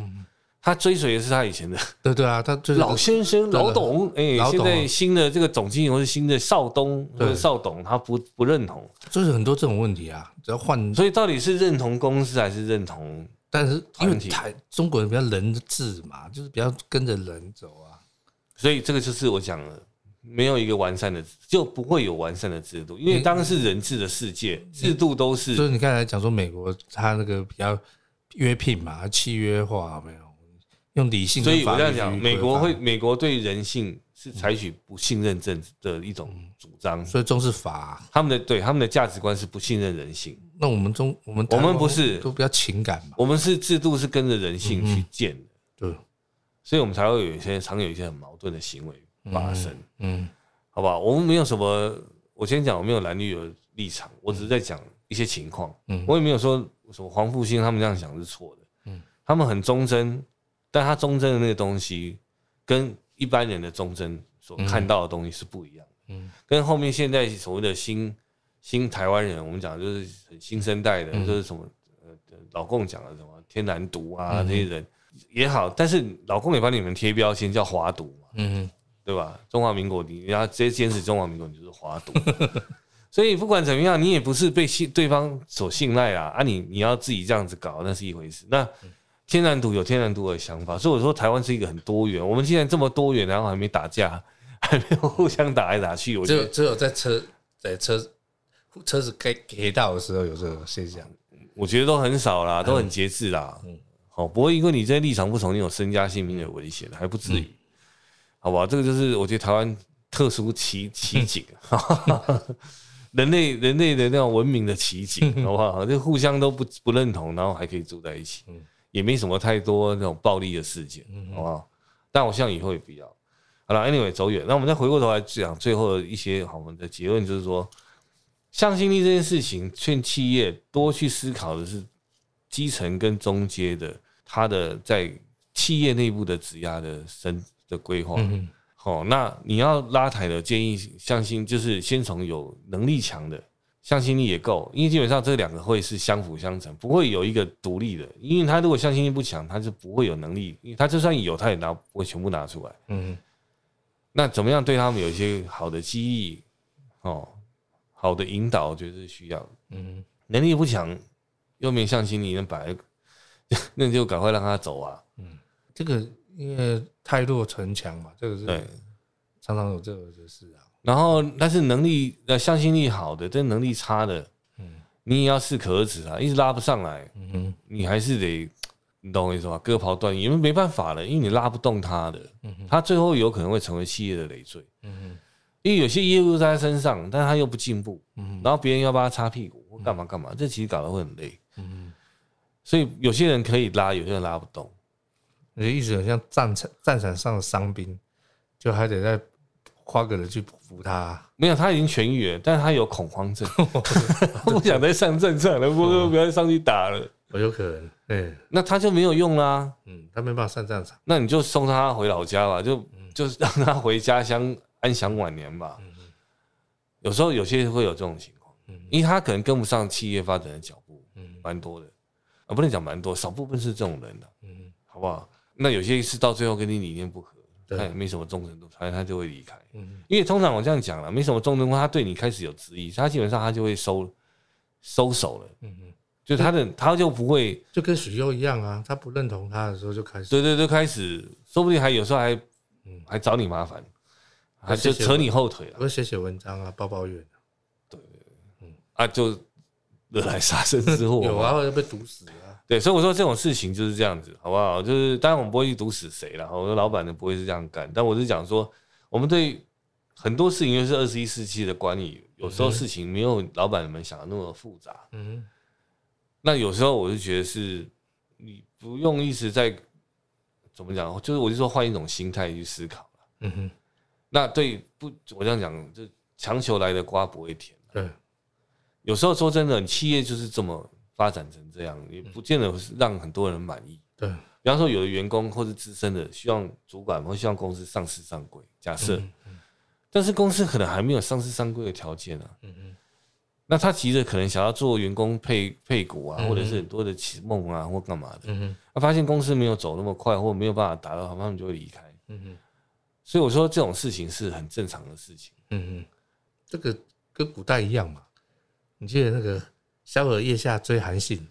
B: 他追随的是他以前的
A: 对对啊，他就是
B: 老先生、
A: 对
B: 老董，哎、
A: 老董
B: 现
A: 啊
B: 在新的这个总经理或是新的少东或者
A: 对
B: 少董，他不不认同，
A: 就是很多这种问题啊，只要换，
B: 所以到底是认同公司还是认同？
A: 但是因为
B: 团体
A: 台中国人比较人治嘛，就是比较跟着人走啊。
B: 所以这个就是我讲了，没有一个完善的，就不会有完善的制度，因为当然是人治的世界，
A: 嗯
B: 制度都
A: 所
B: 是
A: 以你刚才讲说美国他那个比较约聘嘛，契约化有没有用理性
B: 所
A: 跟
B: 以
A: 法
B: 我
A: 律
B: 这
A: 去规范，
B: 样讲，美国会美国对人性是采取不信任政治的一种主张，
A: 所以中是法啊，
B: 他们的对他们的价值观是不信任人性，
A: 那我们中我们
B: 我
A: 台
B: 们
A: 湾
B: 不是
A: 都比较情感嘛，
B: 我们是制度是跟着人性
A: 嗯
B: 去建的，
A: 对，
B: 所以我们才会有一些常有一些很矛盾的行为发生，
A: 嗯
B: 好吧？我们没有什么，我先讲我没有蓝绿的立场，我只是在讲一些情况，
A: 嗯
B: 我也没有说什么黄复兴他们这样想是错的，
A: 嗯
B: 他们很忠贞，但他忠贞的那个东西跟一般人的忠贞所看到的东西是不一样的，
A: 嗯
B: 跟后面现在所谓的新新台湾人，我们讲就是很新生代的，
A: 嗯
B: 就是什么呃老共讲的什么天然独啊、
A: 嗯
B: 这些人也好，但是老共也帮你们贴标签叫华独嘛，
A: 嗯
B: 对吧？中华民国，你你要直接坚持中华民国，你就是华独。 所以不管怎么样，你也不是被信对方所信赖啊！啊你，你要自己这样子搞，那是一回事。那天然独有天然独的想法，所以我说台湾是一个很多元。我们既然这么多元，然后还没打架， 还没有互相打来打去，我
A: 只
B: 觉
A: 有
B: 得
A: 只有在车在车车子该给到的时候有这种现象，
B: 我觉得都很少啦，都很节制啦。
A: 嗯
B: 好，不会因为你这立场不同，你有身家性命的危险，还不至于，好吧？这个就是我觉得台湾特殊奇奇景， 人类人类的那种文明的奇景，好不好？就互相都不不认同，然后还可以住在一起，
A: 嗯
B: 也没什么太多那种暴力的事件，好不好？但我希望以后也不要。好了，anyway，走远。那我们再回过头来讲最后的一些好，我们的结论就是说，向心力这件事情，劝企业多去思考的是基层跟中阶的，他的在企业内部的职涯的升的规划。
A: 嗯
B: 好、那你要拉抬的建议，向心就是先从有能力强的，向心力也够，因为基本上这两个会是相辅相成，不会有一个独立的，因为他如果向心力不强，他就不会有能力，因为他就算有，他也拿不会全部拿出来。
A: 嗯
B: 那怎么样对他们有一些好的记忆，哦，好的引导，我觉得是需要的。
A: 嗯
B: 能力不强又没向心力，那摆来 那就赶快让他走啊。
A: 嗯，这个因为太弱城墙嘛，这个是
B: 对，
A: 常常有这个的事啊，
B: 然后但是能力呃向心力好的，但能力差的，
A: 嗯
B: 你也要适可而止啊，一直拉不上来，
A: 嗯哼
B: 你还是得，你懂我意思吧？割袍断义，因为没办法了，因为你拉不动他的，
A: 嗯哼
B: 他最后有可能会成为企业的累赘，
A: 嗯哼
B: 因为有些业务在他身上，但他又不进步，
A: 嗯哼
B: 然后别人要帮他擦屁股或干嘛干嘛，这其实搞得会很累。
A: 嗯哼。
B: 所以有些人可以拉，有些人拉不动。
A: 你的意思很像战场战场上的伤兵，就还得再花个人去扶他。
B: 没有，他已经痊愈了，但是他有恐 慌症，他不想再上战场了，不不要再上去打了，
A: 我哦有可能，嗯对，
B: 那他就没有用啦。
A: 嗯，他没办法上战场，
B: 那你就送他回老家吧，就
A: 嗯
B: 就是让他回家乡安享晚年吧。
A: 嗯
B: 有时候有些会有这种情况，因为他可能跟不上企业发展的脚步，
A: 嗯
B: 蛮多的，啊，不能讲蛮多，少部分是这种人的、
A: 嗯，
B: 好不好？那有些是到最后跟你理念不合，
A: 对
B: 他也没什么忠诚度，反正他就会离开。
A: 嗯
B: 因为通常我这样讲了，没什么忠诚度，他对你开始有质疑，他基本上他就会收收手了，
A: 嗯嗯，
B: 就他的他就不会，
A: 就跟许攸一样啊，他不认同他的时候就开始，
B: 对对对，开始说不定还有时候还
A: 嗯
B: 还找你麻烦，还
A: 那
B: 就
A: 啊谢谢
B: 扯你后腿了
A: 我写写文章啊，抱抱怨，
B: 啊，就惹来杀身之祸。
A: 有啊，，或者被毒死啊，
B: 对，所以我说这种事情就是这样子，好不好？就是当然我们不会去毒死谁了，我说老板呢不会是这样干，但我是讲说，我们对很多事情，就是二十一世纪的管理，有时候事情没有老板们想的那么复杂。
A: 嗯
B: 那有时候我就觉得是，你不用一直在怎么讲？就是我就说换一种心态去思考了。
A: 嗯哼，
B: 那对不，我这样讲，就强求来的瓜不会甜。
A: 对，
B: 有时候说真的，你企业就是这么发展成这样，也不见得是让很多人满意。
A: 对，
B: 比方说，有的员工或是资深的，希望主管或希望公司上市上柜，假
A: 嗯
B: 设，但是公司可能还没有上市上柜的条件啊。
A: 嗯嗯，
B: 那他急着可能想要做员工配配股啊，
A: 嗯
B: 或者是很多的启梦啊，或干嘛的。
A: 嗯哼，
B: 他发现公司没有走那么快，或没有办法达到，他们就会离开。
A: 嗯哼，
B: 所以我说这种事情是很正常的事情。
A: 嗯哼，这个跟古代一样嘛。你记得那个萧何腋下追韩信，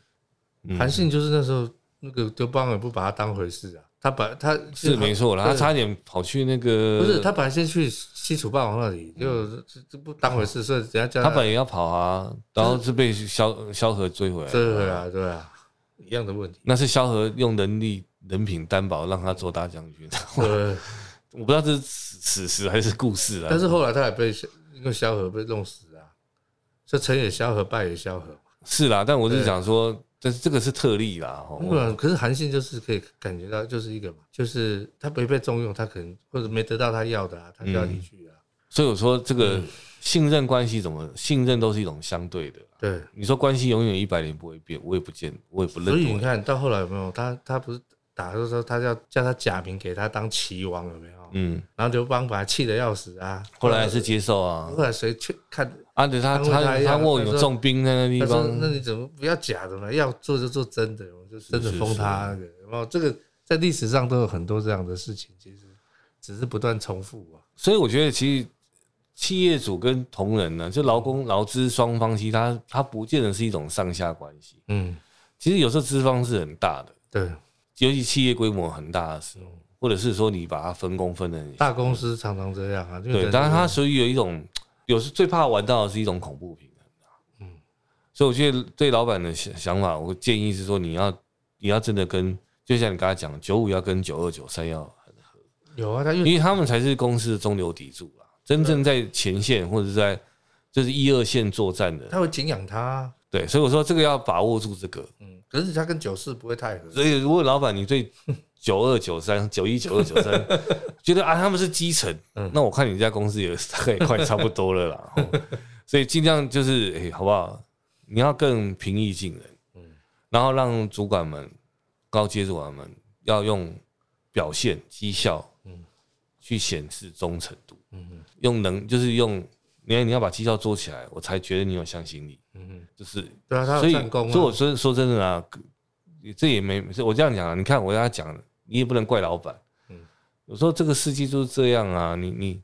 B: 嗯
A: 韩信就是那时候那个刘邦也不把他当回事啊，他把他
B: 是没错啦，他
A: 对
B: 差点跑去那个，
A: 不是他本来先去西楚霸王那里，就这这不当回事，所以人家叫
B: 嗯他本来要跑啊，然后是被萧萧何追回来。
A: 这个啊，对啊，一样的问 题。
B: 那是萧何用能力、人品担保让他做大将军。
A: 呃，
B: 我不知道这是史实还是故事啊。
A: 但是后来他也被因为萧何被弄死啊，这成也萧何，败也萧何。
B: 是啦，但我是想说，但是这个是特例啦。吼
A: 不然，可是韩信就是可以感觉到，就是一个嘛，就是他没被重用，他可能或者没得到他要的啊，他就要离去啊。
B: 所以我说，这
A: 嗯
B: 个信任关系怎么信任都是一种相对的。
A: 对，
B: 你说关系永远一百年不会变，我也不见，我也不认
A: 所以你
B: 同。
A: 看到后来有没有他？他不是打的时候，他要叫他假名给他当齐王，有没有？
B: 嗯，
A: 然后刘邦把他气得要死啊。
B: 后来还是接受啊。
A: 后来谁去看？
B: 啊，对他
A: 安慰
B: 他
A: 他一
B: 他
A: 下
B: 问我
A: 他
B: 有
A: 说
B: 重兵在那地
A: 他说：“那
B: 方，
A: 你怎么不要假的嘛？要做就做真的，我就真的
B: 是
A: 封他那个。有没有？哦这个在历史上都有很多这样的事情，其实只是不断重复啊。
B: 所以我觉得其实企业主跟同仁呢，就劳
A: 嗯
B: 工劳资双方，其实他他不见得是一种上下关系。
A: 嗯，
B: 其实有时候资方是很大的，
A: 对，
B: 尤其企业规模很大的时候，或者是说你把它分工分的
A: 嗯大公司常常这样啊。因为
B: 对，
A: 人
B: 当然它属于有一种，有时最怕玩到的是一种恐怖平衡嗯
A: 嗯，
B: 所以我觉得对老板的想想法，我建议是说你要你要真的跟，就像你刚才讲，九五要跟九二九三要，
A: 有啊，他因
B: 因
A: 为
B: 为他们才是公司的中流砥柱啦，真正在前线或者是在就是一二线作战的，
A: 他会敬仰他啊，
B: 对，所以我说这个要把握住这个。
A: 嗯，可是他跟九四不会太合。
B: 所以如果老板你对九二九三九一九二九三觉得啊他们是基层，
A: 嗯
B: 那我看你这家公司也大概也快差不多 了啦，吼所以尽量就是哎、好不好？你要更平易近人，
A: 嗯
B: 然后让主管们、高阶主管们要用表现绩效，去显示忠诚度，
A: 嗯
B: 用能就是用你看你要把绩效做起来，我才觉得你有向心力，
A: 嗯，
B: 就是
A: 对啊，他
B: 所
A: 有
B: 以，
A: 战功
B: 所以我
A: 啊。
B: 说说真的啊，这也没我这样讲啊。你看我跟他讲，你也不能怪老板。嗯
A: 嗯，
B: 有时候这个世纪就是这样啊。你你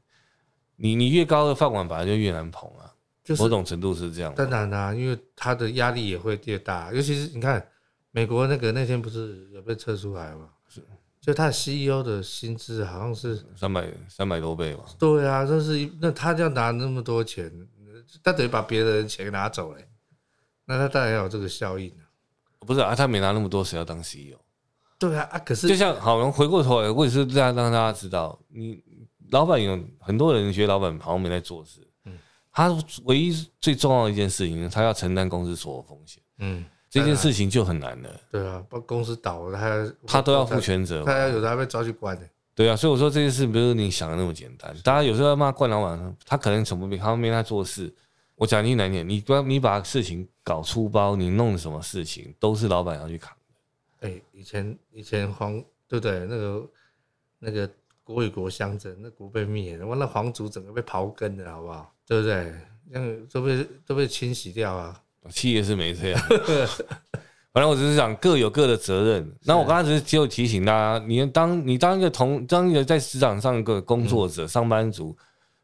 B: 你你越高的饭碗，本来就越难捧啊。
A: 就是
B: 某种程度是这样。
A: 当然啦、啊因为他的压力也会越大，尤其是你看美国那个那天不是有被测出来嘛？就他的 CEO 的薪资好像是
B: 三百三百多倍吧，
A: 对啊，这是一那他要拿那么多钱，他等于把别人的钱拿走嘞，那他当然要有这个效应啊。
B: 不是啊？他没拿那么多，谁要当 CEO？
A: 对啊，啊可是
B: 就像好，我们回过头来，我也是让让大家知道，你老板有很多人觉得老板好像没在做事。嗯，他唯一最重要的一件事情，他要承担公司所有风险，
A: 嗯，
B: 这件事情就很难了。
A: 对啊，把公司倒了，他
B: 他都要负，全责嘛，
A: 他要有的还被抓去关呢。
B: 对啊，所以我说这件事不是你想的那么简单。大家有时候要骂冠老板，他可能什么没他没他做事。我讲句难听，你不要你把事情搞粗包，你弄什么事情都是老板要去扛。
A: 哎、以前以前皇对不对？那个那个国与国相争，那国被灭了，哇，那皇族整个被刨根了，好不好？对不对？那个都被都被清洗掉啊。
B: 企业是没这样。反正我只是讲各有各的责任。那我刚才只是只有提醒大家，你当你当一个同当一个在职场上一个工作者、上班族，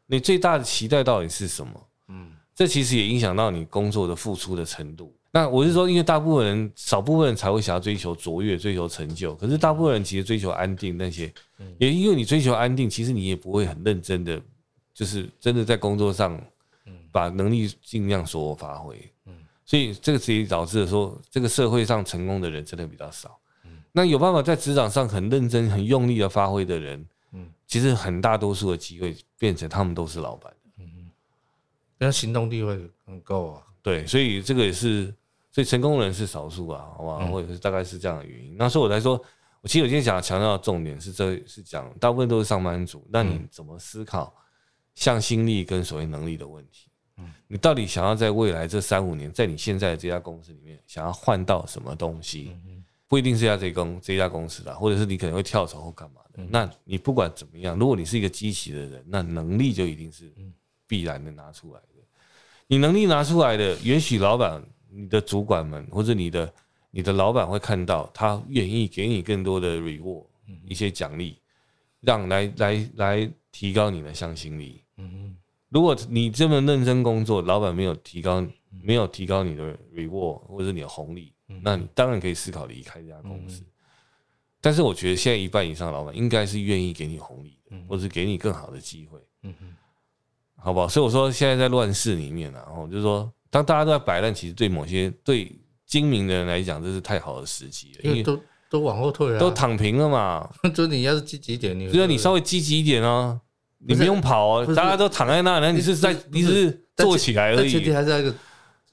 B: 你最大的期待到底是什么？
A: 嗯
B: 这其实也影响到你工作的付出的程度。那我是说，因为大部分人少部分人才会想要追求卓越、追求成就，可是大部分人其实追求安定那些，也因为你追求安定，其实你也不会很认真的，就是真的在工作上把能力尽量所发挥。所以这个其实导致了说，这个社会上成功的人真的比较少。那有办法在职场上很认真、很用力的发挥的人，
A: 嗯
B: 其实很大多数的机会变成他们都是老板。
A: 嗯，那行动力会很够啊。
B: 对，所以这个也是，所以成功人是少数啊，好吧，或者是大概是这样的原因。那所以我才说，我其实我今天想要强调的重点是这是讲大部分都是上班族，那你怎么思考向心力跟所谓能力的问题？你到底想要在未来这三五年，在你现在的这家公司里面，想要换到什么东西？不一定是要这公这一家公司啦，或者是你可能会跳槽或干嘛的。那你不管怎么样，如果你是一个积极的人，那能力就一定是必然的拿出来的。你能力拿出来的，也许老板、你的主管们或者你的你的老板会看到，他愿意给你更多的 reward，一些奖励，让来来来提高你的向心力。
A: 嗯
B: 如果你这么认真工作，老板没有提高
A: 嗯
B: 没有提高你的 reward 或者你的红利，
A: 嗯
B: 那你当然可以思考离开这家公司。但是我觉得现在一半以上的老板应该是愿意给你红利的，或者给你更好的机会，
A: 嗯嗯
B: 好不好？所以我说现在在乱世里面啊，然后就是说，当大家都在摆烂，其实对某些对精明的人来讲，这是太好的时机了，
A: 因
B: 因
A: 为
B: 为
A: 都都往后退了、啊，
B: 都躺平了嘛。
A: 就你要是积极一点，你
B: 所以你稍微积极一点哦，你
A: 不
B: 不
A: 是
B: 用跑哦
A: 不，是
B: 大家都躺在那，那你是在
A: 不
B: 你
A: 是
B: 只是
A: 但
B: 坐
A: 前
B: 起来而
A: 但前提
B: 已。
A: 还是要一个，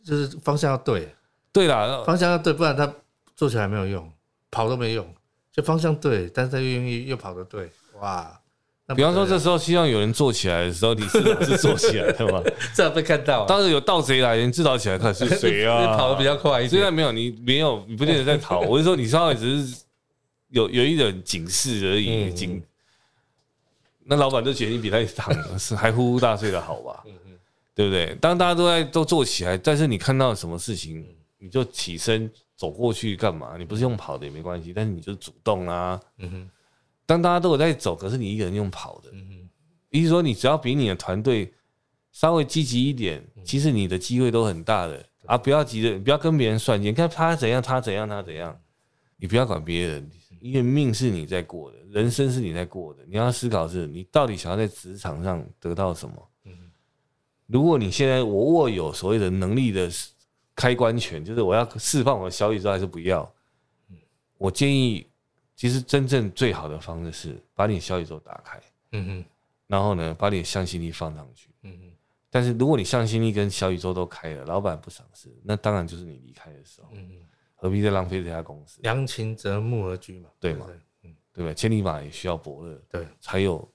A: 就是方向要对，
B: 对啦，
A: 方向要对，不然他做起来没有用，跑都没用。就方向对，但是他又愿意又跑得对，哇！那不
B: 比方说
A: 得
B: 这
A: 了
B: 时候希望有人坐起来的时候，你至少是坐起来的嘛。
A: 这样被看到、啊，
B: 当然有盗贼来，你至少起来看是谁
A: 你
B: 啊？
A: 跑得比较快一
B: 虽
A: 点。
B: 然没有你没有，你不见得在 逃。我是说，你稍微只是有有一点警示而已，
A: 嗯
B: 警。那老板就觉得你比他躺是还呼呼大睡的好
A: 嗯
B: 吧？对不对？当大家都在都坐起来，但是你看到什么事情，你就起身走过去干嘛？你不是用跑的也没关系，但是你就主动啊。
A: 嗯哼，
B: 当大家都有在走，可是你一个人用跑的，
A: 嗯哼，
B: 也就是说，你只要比你的团队稍微积极一点，其实你的机会都很大的啊！不要急着，不要跟别人算计，你看他怎样，他怎样，他怎样，你不要管别人，因为命是你在过的，人生是你在过的，你要思考是你到底想要在职场上得到什么。如果你现在我握有所谓的能力的开关权，就是我要释放我的小宇宙还是不要？我建议，其实真正最好的方式是把你的小宇宙打开。
A: 嗯哼，
B: 然后呢，把你的向心力放上去。
A: 嗯哼，
B: 但是如果你向心力跟小宇宙都开了，老板不赏识，那当然就是你离开的时候，
A: 嗯哼，
B: 何必再浪费这家公司，
A: 良禽择木而居嘛，
B: 对嘛
A: 嘛？
B: 对不对？千里马也需要伯乐，
A: 对，
B: 才有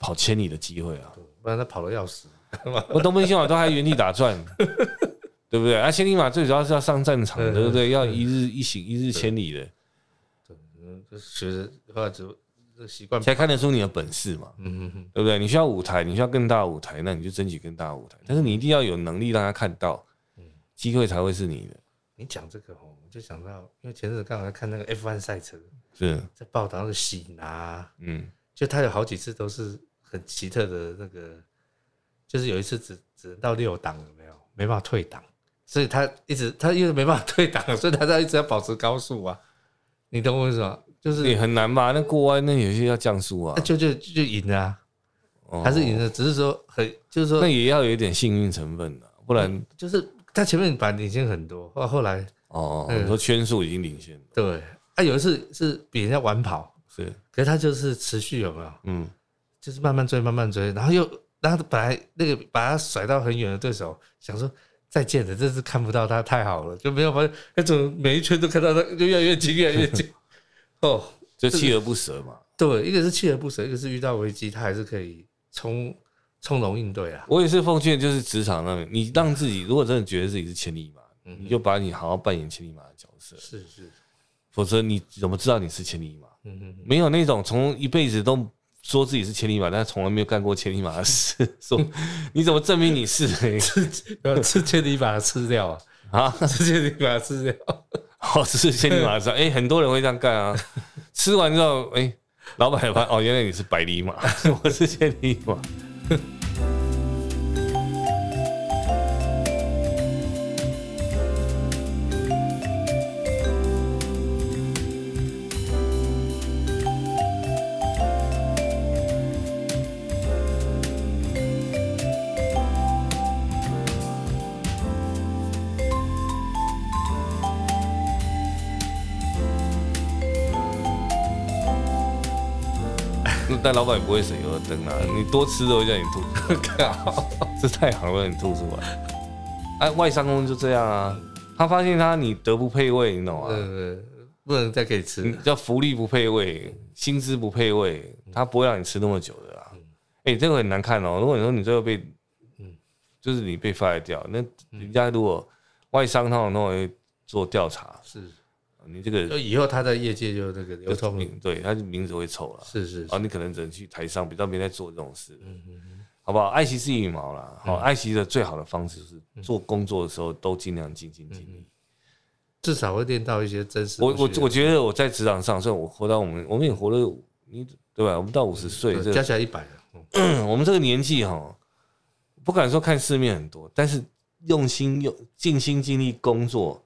B: 跑千里的机会啊！
A: 不然他跑的要死。
B: 我东奔西跑都还原地打转， 对不对？啊，千里马最主要是要上战场，
A: 嗯
B: 对不对？要一日一行，一日千里的，
A: 嗯，就是学着后来就就习惯。
B: 才看得出你的本事嘛，
A: 嗯哼哼，
B: 对不对？你需要舞台，你需要更大的舞台，那你就争取更大的舞台，但是你一定要有能力让他看到，机会才会是你的，
A: 你讲这个哦，我就想到，因为前阵子刚好在看那个 F1 赛车，
B: 是，
A: 在报道那个喜拿啊，
B: 嗯。
A: 就他有好几次都是很奇特的那个，就是有一次只只能到六档有没有，没办法退档，所以他一直他因为没办法退档，所以他在一直要保持高速啊，你懂我意思吗？就是
B: 也很难吧？那过弯那有些要降速啊
A: 啊，就就就赢了、啊，
B: 哦
A: 还是赢了，只是说很就是说
B: 那也要有一点幸运成分的、不然
A: 就是他前面把领先很多，后后来
B: 哦，
A: 嗯
B: 很多圈数已经领先了，
A: 对啊，有一次是比人家晚跑，
B: 是
A: 可是他就是持续有没有？
B: 嗯，
A: 就是慢慢追，慢慢追，然后又，然后本来那个把他甩到很远的对手，想说再见了，这次看不到他太好了，就没有发现，那种每一圈都看到他，就越来越近，越来越 近。哦，
B: 就锲而不舍嘛。
A: 对，一个是锲而不舍，一个是遇到危机他还是可以从从容应对啊。
B: 我也是奉劝，就是职场上面，你让自己如果真的觉得自己是千里马，
A: 嗯
B: 你就把你好好扮演千里马的角色，
A: 是是，
B: 否则你怎么知道你是千里马？
A: 嗯嗯，
B: 没有那种从一辈子都说自己是千里马，但从来没有干过千里马的事， 说你怎么证明你是、
A: 嗯，之前你把它吃掉啊，
B: 啊？
A: 之前你把它吃 掉，
B: 哦，是千里马上，哎、很多人会这样干啊。吃完之后，哎、老板也发哦，原来你是百里马， 我是千里马。但老板也不会省油的灯啊，你多吃都会让你吐出来， 这太好了，你吐出来。啊哎、外商公司就这样啊，他发现他你德不配位，你懂吗、
A: 呃，不能再给你吃
B: 你
A: 了。
B: 叫福利不配位，薪资不配位，
A: 嗯
B: 他不会让你吃那么久的啦。哎、这个很难看哦。如果你说你最后被，
A: 嗯
B: 就是你被 fire 掉，那人家如果外商他们都会做调查，
A: 是，
B: 你这个
A: 就以后他在业界就那个流通了。
B: 名对，他就名字会臭了。
A: 是是
B: 啊，
A: 是，
B: 你可能只能去台上，比较没在做这种事，
A: 嗯嗯
B: 好不好？爱惜是羽毛啦，好、爱惜的最好的方式
A: 嗯
B: 就是做工作的时候都尽量尽心尽力。
A: 至少会练到一些真实的
B: 我
A: 学
B: 我
A: 员。
B: 我觉得我在职场上，虽然我活到我们，我们也活了，你对吧？我们到五十岁，这
A: 对
B: 个
A: 加起来一百了。嗯
B: 我们这个年纪哈，不敢说看世面很多，但是用心用尽心尽力工作，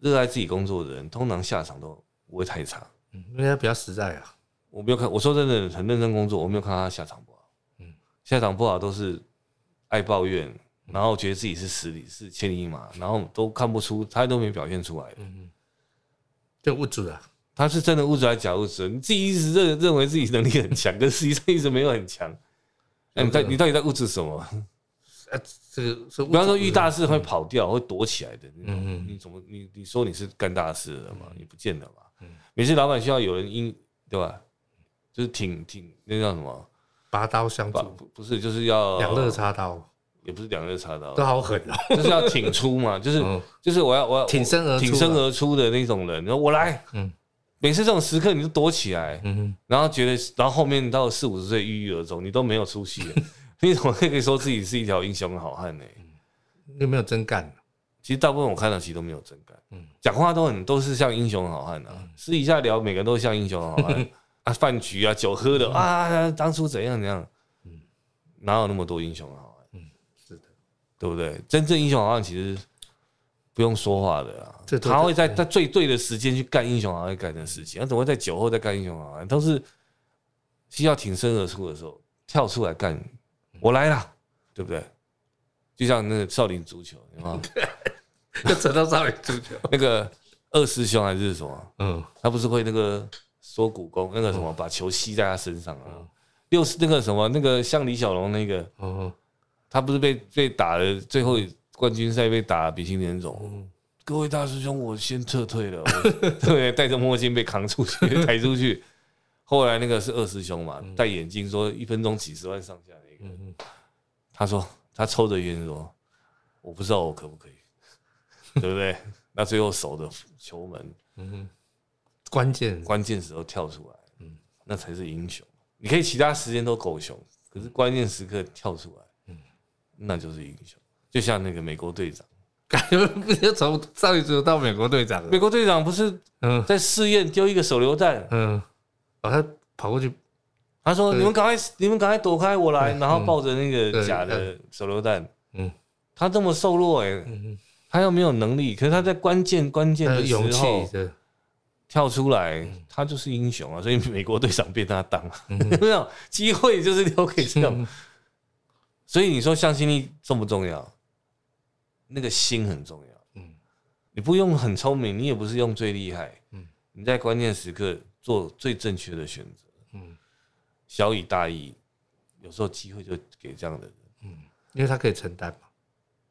B: 热爱自己工作的人，通常下场都不会太差。
A: 嗯，因为他比较实在啊。
B: 我没有看，我说真的很认真工作，我没有看到他下场不好。
A: 嗯
B: 下场不好都是爱抱怨，然后觉得自己是十里是千里马，然后都看不出他都没表现出来。
A: 嗯嗯，就物主啊，
B: 他是真的物质还是假物质？你自己一直认认为自己能力很强，跟实际上一直没有很强。哎那、你到你到底在物质什么？
A: 啊，这个是物
B: 比方说
A: 质
B: 遇大事会跑掉、会躲起来的那种，
A: 嗯嗯嗯
B: 你怎么你你说你是干大事了嘛？你不见得嘛。每次老板需要有人因对吧？就是挺挺那叫什么？
A: 拔刀相
B: 不
A: 助，
B: 不不是就是要
A: 两肋，插刀，
B: 也不是两肋插刀
A: 都，好狠哦。
B: 就是要挺出嘛，就是、
A: 嗯
B: 就是我要我要
A: 挺身而出
B: 挺身而出的那种人，然后我来。
A: 嗯
B: 每次这种时刻你就躲起来，
A: 嗯哼，
B: 然后觉得，然后后面到四五十岁郁郁而终，你都没有出息 了，你怎么可以说自己是一条英雄好汉呢？
A: 有没有真 干？啊
B: 其实大部分我看到其实都没有真感，
A: 嗯
B: 讲话都很都是像英雄好汉啊，私底下聊每个人都像英雄好
A: 嗯
B: 汉 啊，饭局啊，酒喝的啊，当初怎样怎样，哪有那么多英雄好汉，
A: 嗯是的，
B: 对不对？真正英雄好汉其实不用说话的啊
A: 这，都
B: 他会在在最对的时间去干英雄好汉干的事情，他怎么会在酒后再干英雄好汉？都是需要挺身而出的时候跳出来干，
A: 嗯
B: 我来啦，对不对？就像那个少林足球，有没有？
A: 就扯到少林足球。
B: 那个二师兄还是什么，
A: 嗯，
B: 他不是会那个缩骨功，那个什么把球吸在他身上啊？六是那个什么，那个像李小龙那个，
A: 哦，
B: 他不是被被打的最后冠军赛被打鼻青脸肿。各位大师兄，我先撤退了，我 对，戴着墨镜被扛出去，抬出去。后来那个是二师兄嘛，戴眼镜说一分钟几十万上下那
A: 嗯
B: 个，他说他抽着烟说，我不知道我可不可以，对不对？那最后守着球门，
A: 关键
B: 关键时候跳出来，嗯那才是英雄。你可以其他时间都狗熊，可是关键时刻跳出来，
A: 嗯
B: 那就是英雄。就像那个美国队长，
A: 感觉不就从少林足球到美国队长了
B: 美？国队长不是
A: 嗯
B: 在试验丢一个手榴弹，
A: 嗯，哦，他跑过去，
B: 他说：“
A: 对嗯
B: 你们赶快，你们赶快躲开，我来。”然后抱着那个
A: 对
B: 假的手榴弹，
A: 嗯
B: 他这么瘦弱哎、
A: 嗯，
B: 他又没有能力，可是他在关键关键
A: 他有
B: 的
A: 呃勇气嗯
B: 时候
A: 的，
B: 跳出来，他就是英雄啊！所以美国队长被他当， 没有机会就是留给这种
A: 嗯。
B: 所以你说向心力重不重要？那个心很重要。
A: 嗯
B: 你不用很聪明，你也不是用最厉害，
A: 嗯
B: 你在关键时刻做最正确的选择，
A: 嗯
B: 小以大义，有时候机会就给这样的人，
A: 嗯，因为他可以承担嘛，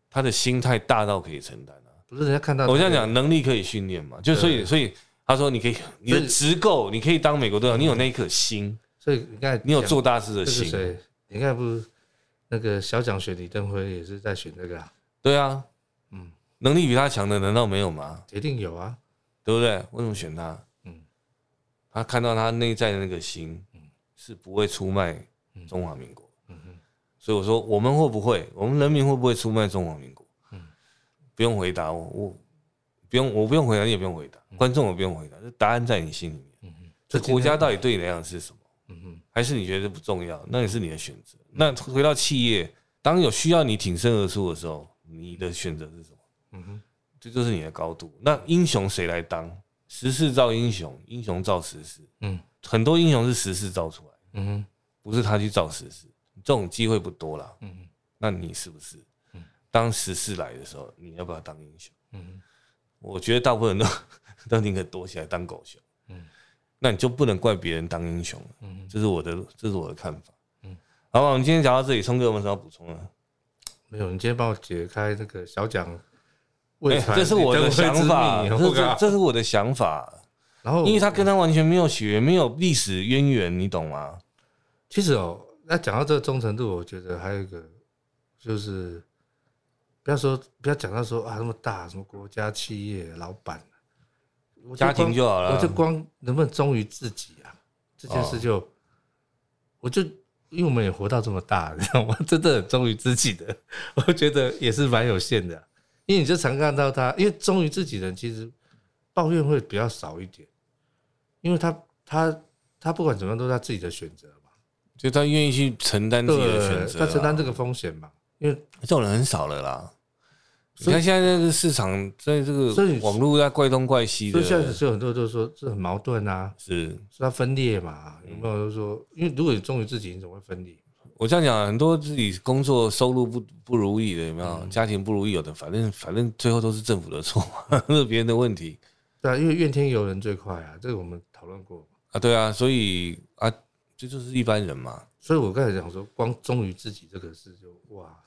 B: 他的心态大到可以承担啊。
A: 不是人家看到
B: 我这样讲，能力可以训练嘛，就所以所以他说你可以，你的职够，你可以当美国队长，你有那一颗心，
A: 所以你看，
B: 你有做大事啊的
A: 这个
B: 心，
A: 谁？你看不是那个小蒋选李登辉也是在选这个啊，
B: 对啊，
A: 嗯
B: 能力比他强的难道没有吗？
A: 一定有啊，
B: 对不对？为什么选他？
A: 嗯
B: 他看到他内在的那个心是不会出卖中华民国。
A: 嗯嗯
B: 所以我说，我们会不会，我们人民会不会出卖中华民国？
A: 嗯
B: 不用回答我，我不用，我不用回答，你也不用回答，观众也不用回答，这答案在你心里面。
A: 嗯嗯，
B: 这国家到底对你来讲是什么？
A: 嗯嗯
B: 还是你觉得不重要？那也是你的选择。那回到企业，当有需要你挺身而出的时候，你的选择是什么？
A: 嗯哼
B: 这就是你的高度。那英雄谁来当？时势造英雄，英雄造时势。
A: 嗯
B: 很多英雄是时势造出来的，
A: 嗯哼
B: 不是他去造时势。这种机会不多啦。
A: 嗯哼
B: 那你是不是？当时势来的时候，你要不要当英雄？
A: 嗯哼
B: 我觉得大部分人都 都宁可躲起来当狗熊。
A: 嗯
B: 那你就不能怪别人当英雄了。
A: 嗯哼，
B: 这是我的，这是我的看法。
A: 嗯
B: 好吧，我们今天讲到这里，聪哥有没有什么要补充的？
A: 没有，你今天帮我解开那个小蒋
B: 哎、
A: 未传
B: 这是我的
A: 李登辉之
B: 想法，
A: 谜
B: 这
A: 我
B: 这
A: 靠
B: 这是我的想法。
A: 然后
B: 因为他跟他完全没有血缘、没有历史渊源，你懂吗？
A: 其实哦，那讲到这个忠诚度，我觉得还有一个就是，不要说不要讲到说啊那么大什么国家企业老板，我
B: 家
A: 光
B: 庭就好了。
A: 我就光能不能忠于自己啊，这件
B: 哦
A: 事就，我就因为我们也活到这么 大，你知道吗？真的很忠于自己的，我觉得也是蛮有限的啊、因为你就常看到他，因为忠于自己的人其实抱怨会比较少一点，因为他他他不管怎么样都是他自己的选择嘛，
B: 就他愿意去承担自己的选择
A: 对，
B: 啊，
A: 他承担这个风险嘛，因为
B: 这种人很少了啦。你
A: 所以
B: 看现在这个市场，在这个
A: 所以
B: 网络在怪东怪西
A: 所
B: 的
A: 以，现在是有很多人都说这很矛盾啊，
B: 是
A: 是他分裂嘛，有没有就是说，因为如果你忠于自己，你怎么会分裂？
B: 我这样讲，很多自己工作收入不不如意的，有没有？
A: 嗯
B: 家庭不如意有的，反正反正最后都是政府的错嘛，那是别人的问题
A: 对啊，因为怨天尤人最快啊，这个我们讨论过。
B: 啊，对啊，所以啊，这就是一般人嘛，
A: 所以我刚才讲说，光忠于自己这个事就哇，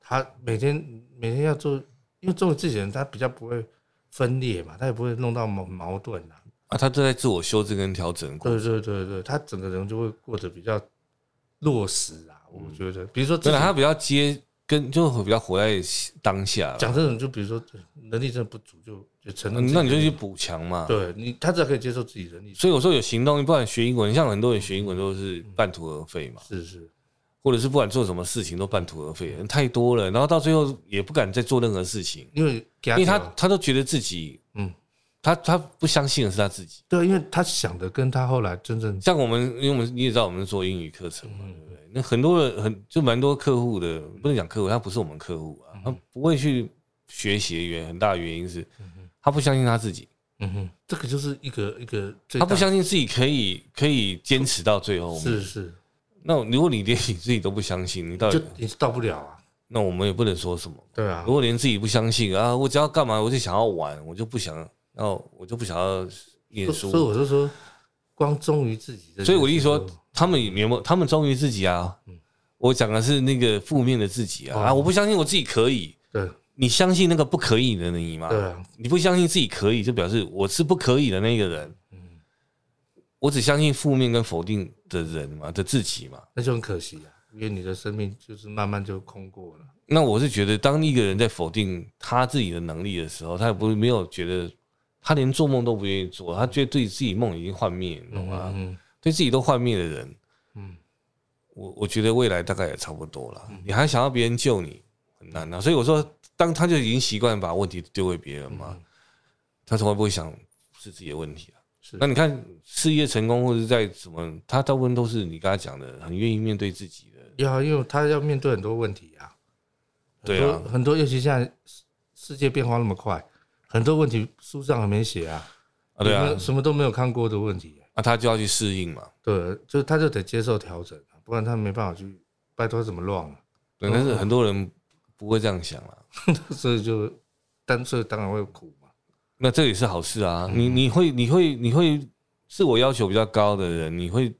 A: 他每天每天要做，因为忠于自己的人，他比较不会分裂嘛，他也不会弄到矛矛盾啊。
B: 啊，他都在自我修正跟调整过
A: 对对对对，他整个人就会过得比较落实啊。我觉得，比如说自
B: 对
A: 己
B: 了，他比较接跟就比较活在当下啦
A: 讲这种，就比如说能力真的不足，就就承认自己
B: 嗯那
A: 的能
B: 你
A: 力。
B: 就去补强嘛。
A: 对你，他只要可以接受自己的能力，
B: 所以我说有行动力，不然学英文，像很多人学英文都是半途而废嘛，
A: 是是，
B: 或者是不管做什么事情都半途而废，太多了，然后到最后也不敢再做任何事情。
A: 因为给
B: 因为他
A: 讲
B: 他都觉得自己，
A: 哦嗯
B: 嗯，他他不相信的是他自己。
A: 对，因为他想的跟他后来真正
B: 像我们，因为我们你也知道，我们是做英语课程嘛，
A: 嗯
B: 对不对？那很多人很就蛮多客户的，不能讲客户，他不是我们客户
A: 嗯
B: 啊，他不会去学习的原因很大的原因是，他不相信他自己，
A: 嗯哼，这个就是一个一个最
B: 他
A: 大
B: 不相信自己可以可以坚持到最后。
A: 是是，
B: 那如果你连你自己都不相信，你到
A: 就
B: 底
A: 你到不了啊，
B: 那我们也不能说什么。
A: 对啊
B: 如，果连自己不相信啊，我只要干嘛，我就想要玩，我就不想要，我就不想要念
A: 所。
B: 书
A: 所以我就说，光忠于自己这件事，
B: 所以我的意思说，他们有没有？他们忠于自己啊。我讲的是那个负面的自己啊！
A: 嗯哦
B: 啊，我不相信我自己可以。
A: 对
B: 你相信那个不可以的你吗？
A: 对啊，
B: 你不相信自己可以，就表示我是不可以的那个人。
A: 嗯
B: 我只相信负面跟否定的人嘛，的自己嘛。
A: 那就很可惜啊，因为你的生命就是慢慢就空过了，
B: 那我是觉得，当一个人在否定他自己的能力的时候，他也不没有觉得，他连做梦都不愿意做，他觉得对自己梦已经幻灭，你懂吗？
A: 嗯，
B: 对自己都幻灭的人，嗯，我我觉得未来大概也差不多了。
A: 嗯
B: 你还想要别人救你，很难啊。所以我说，当他就已经习惯把问题丢给别人
A: 嗯
B: 嘛，他从来不会想是自己的问题啊。
A: 是
B: 那你看事业成功或者在什么，他大部分都是你刚才讲的，很愿意面对自己的。
A: 要因为他要面对很多问题啊，
B: 对啊
A: 很多很多，尤其现在世世界变化那么快，很多问题书上还没写啊，
B: 啊，对
A: 有没
B: 啊
A: 有，什么都没有看过的问题啊、
B: 那他就要去适应嘛。
A: 对，就他就得接受调整啊，不然他没办法去，拜托怎么乱啊，
B: 对，但是很多人不会这样想啊。
A: 所以就，但所以当然会苦嘛。
B: 那这也是好事啊。
A: 嗯
B: 你你会你会你会自我要求比较高的人，你会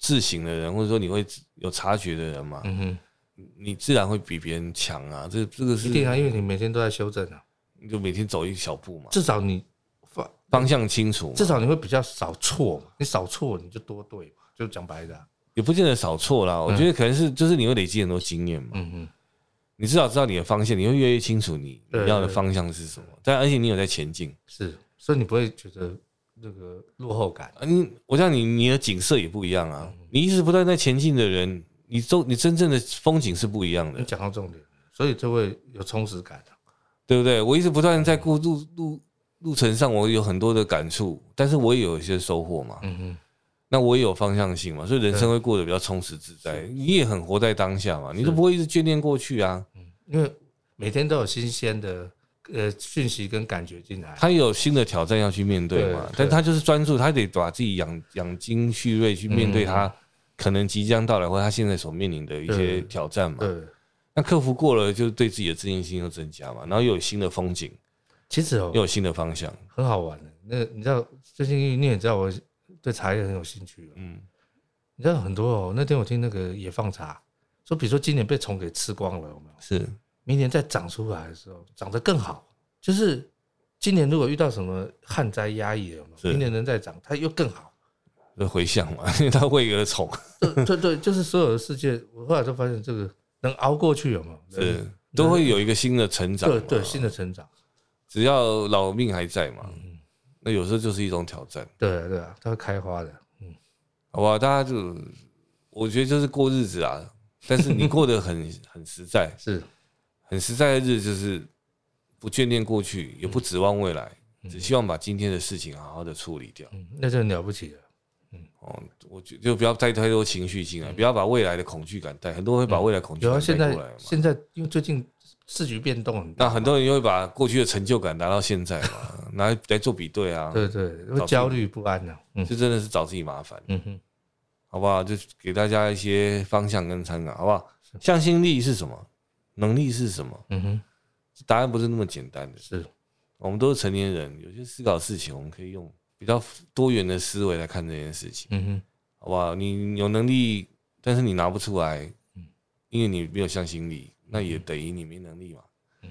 B: 自省的人，或者说你会自有察觉的人嘛，
A: 嗯哼，
B: 你自然会比别人强啊。这这个是
A: 一定啊，因为你每天都在修正啊，
B: 你就每天走一小步嘛，
A: 至少你发，
B: 方向清楚嘛，
A: 至少你会比较少错嘛，你少错你就多对嘛，就讲白的啊、
B: 也不见得少错啦。我觉得可能是就是你会累积很多经验嘛，
A: 嗯哼，
B: 你至少知道你的方向，你会越来越清楚你
A: 对
B: 你要的
A: 对
B: 方向是什么。但而且你有在前进，
A: 是，所以你不会觉得那个落后感。
B: 嗯，我讲你你的景色也不一样
A: 嗯
B: 啊，你一直不断在前进的人。你都你真正的风景是不一样的
A: 你，讲到重点，所以就会有充实感、啊。
B: 对不对？我一直不断地
A: 嗯
B: 在过路路路程上，我有很多的感触，但是我也有一些收获嘛。
A: 嗯哼，
B: 那我也有方向性嘛，所以人生会过得比较充实自在。你也很活在当下嘛，你都不会一直眷恋过去啊。
A: 因为每天都有新鲜的呃讯息跟感觉进来。
B: 他也有新的挑战要去面对嘛
A: 对，
B: 但他就是专注，他得把自己养养精蓄锐去面对
A: 嗯
B: 他可能即将到来或他现在所面临的一些
A: 对
B: 挑战嘛。
A: 对，
B: 那克服过了，就是对自己的自信心又增加嘛，然后又有新的风景，
A: 其实哦
B: 又，有新的方向。
A: 很好玩的。那你知道，最近你也知道我对茶叶很有兴趣嗯
B: 嗯，
A: 你知道很多哦。那天我听那个野放茶说，比如说今年被虫给吃光了，有没有？
B: 是，
A: 明年再长出来的时候，长得更好，就是今年如果遇到什么旱灾压抑了嘛，
B: 是
A: 明年能再涨，它又更好。
B: 就回向嘛， 因为他为而宠，
A: 对对对，就是所有的世界，我后来都发现这个能熬过去有没有？
B: 是都会有一个新的成长嘛。
A: 对对，新的嗯成长，
B: 只要老命还在嘛，那有时候就是一种挑战，
A: 对啊对啊，它会开花的。
B: 好吧？大家就我觉得就是过日子啊，但是你过得很 很实在，
A: 是，
B: 很实在的日子就是不眷恋过去，也不指望未来，只希望把今天的事情好好的处理掉。
A: 嗯，那真的了不起了。
B: 哦，我觉就不要带太多情绪进来，不要把未来的恐惧感带，很多人会把未来恐惧
A: 嗯有啊，
B: 感
A: 现
B: 带过来
A: 在
B: 嘛。
A: 现在因为最近市局变动很大，
B: 那很多人又会把过去的成就感拿到现在 嘛，拿来来做比对啊，
A: 对对，会焦虑不安呢。嗯
B: 这真的是找自己麻烦。
A: 嗯哼，
B: 好不好？就给大家一些方向跟参考，好不好？向心力是什么？能力是什么？
A: 嗯哼，
B: 答案不是那么简单的。
A: 是
B: 我们都是成年人，有些思考事情，我们可以用比较多元的思维来看这件事情，
A: 嗯哼，
B: 好不好？你有能力，但是你拿不出来，
A: 嗯
B: 因为你没有向心力，那也等于你没能力嘛，
A: 嗯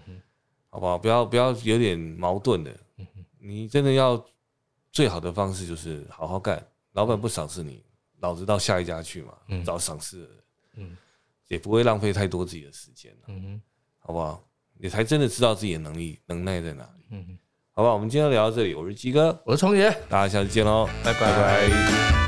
B: 好不好？不要不要有点矛盾的，
A: 嗯
B: 你真的要最好的方式就是好好干，老板不赏识你，老子到下一家去嘛，找赏识的人，
A: 嗯
B: 也不会浪费太多自己的时间了，
A: 嗯哼，
B: 好不好？你才真的知道自己的能力能耐在哪里，
A: 嗯哼，
B: 好不好？我们今天就聊到这里，我是鸡哥，
A: 我是崇爷，
B: 大家下次见喽，
A: 拜
B: 拜
A: 拜。
B: 拜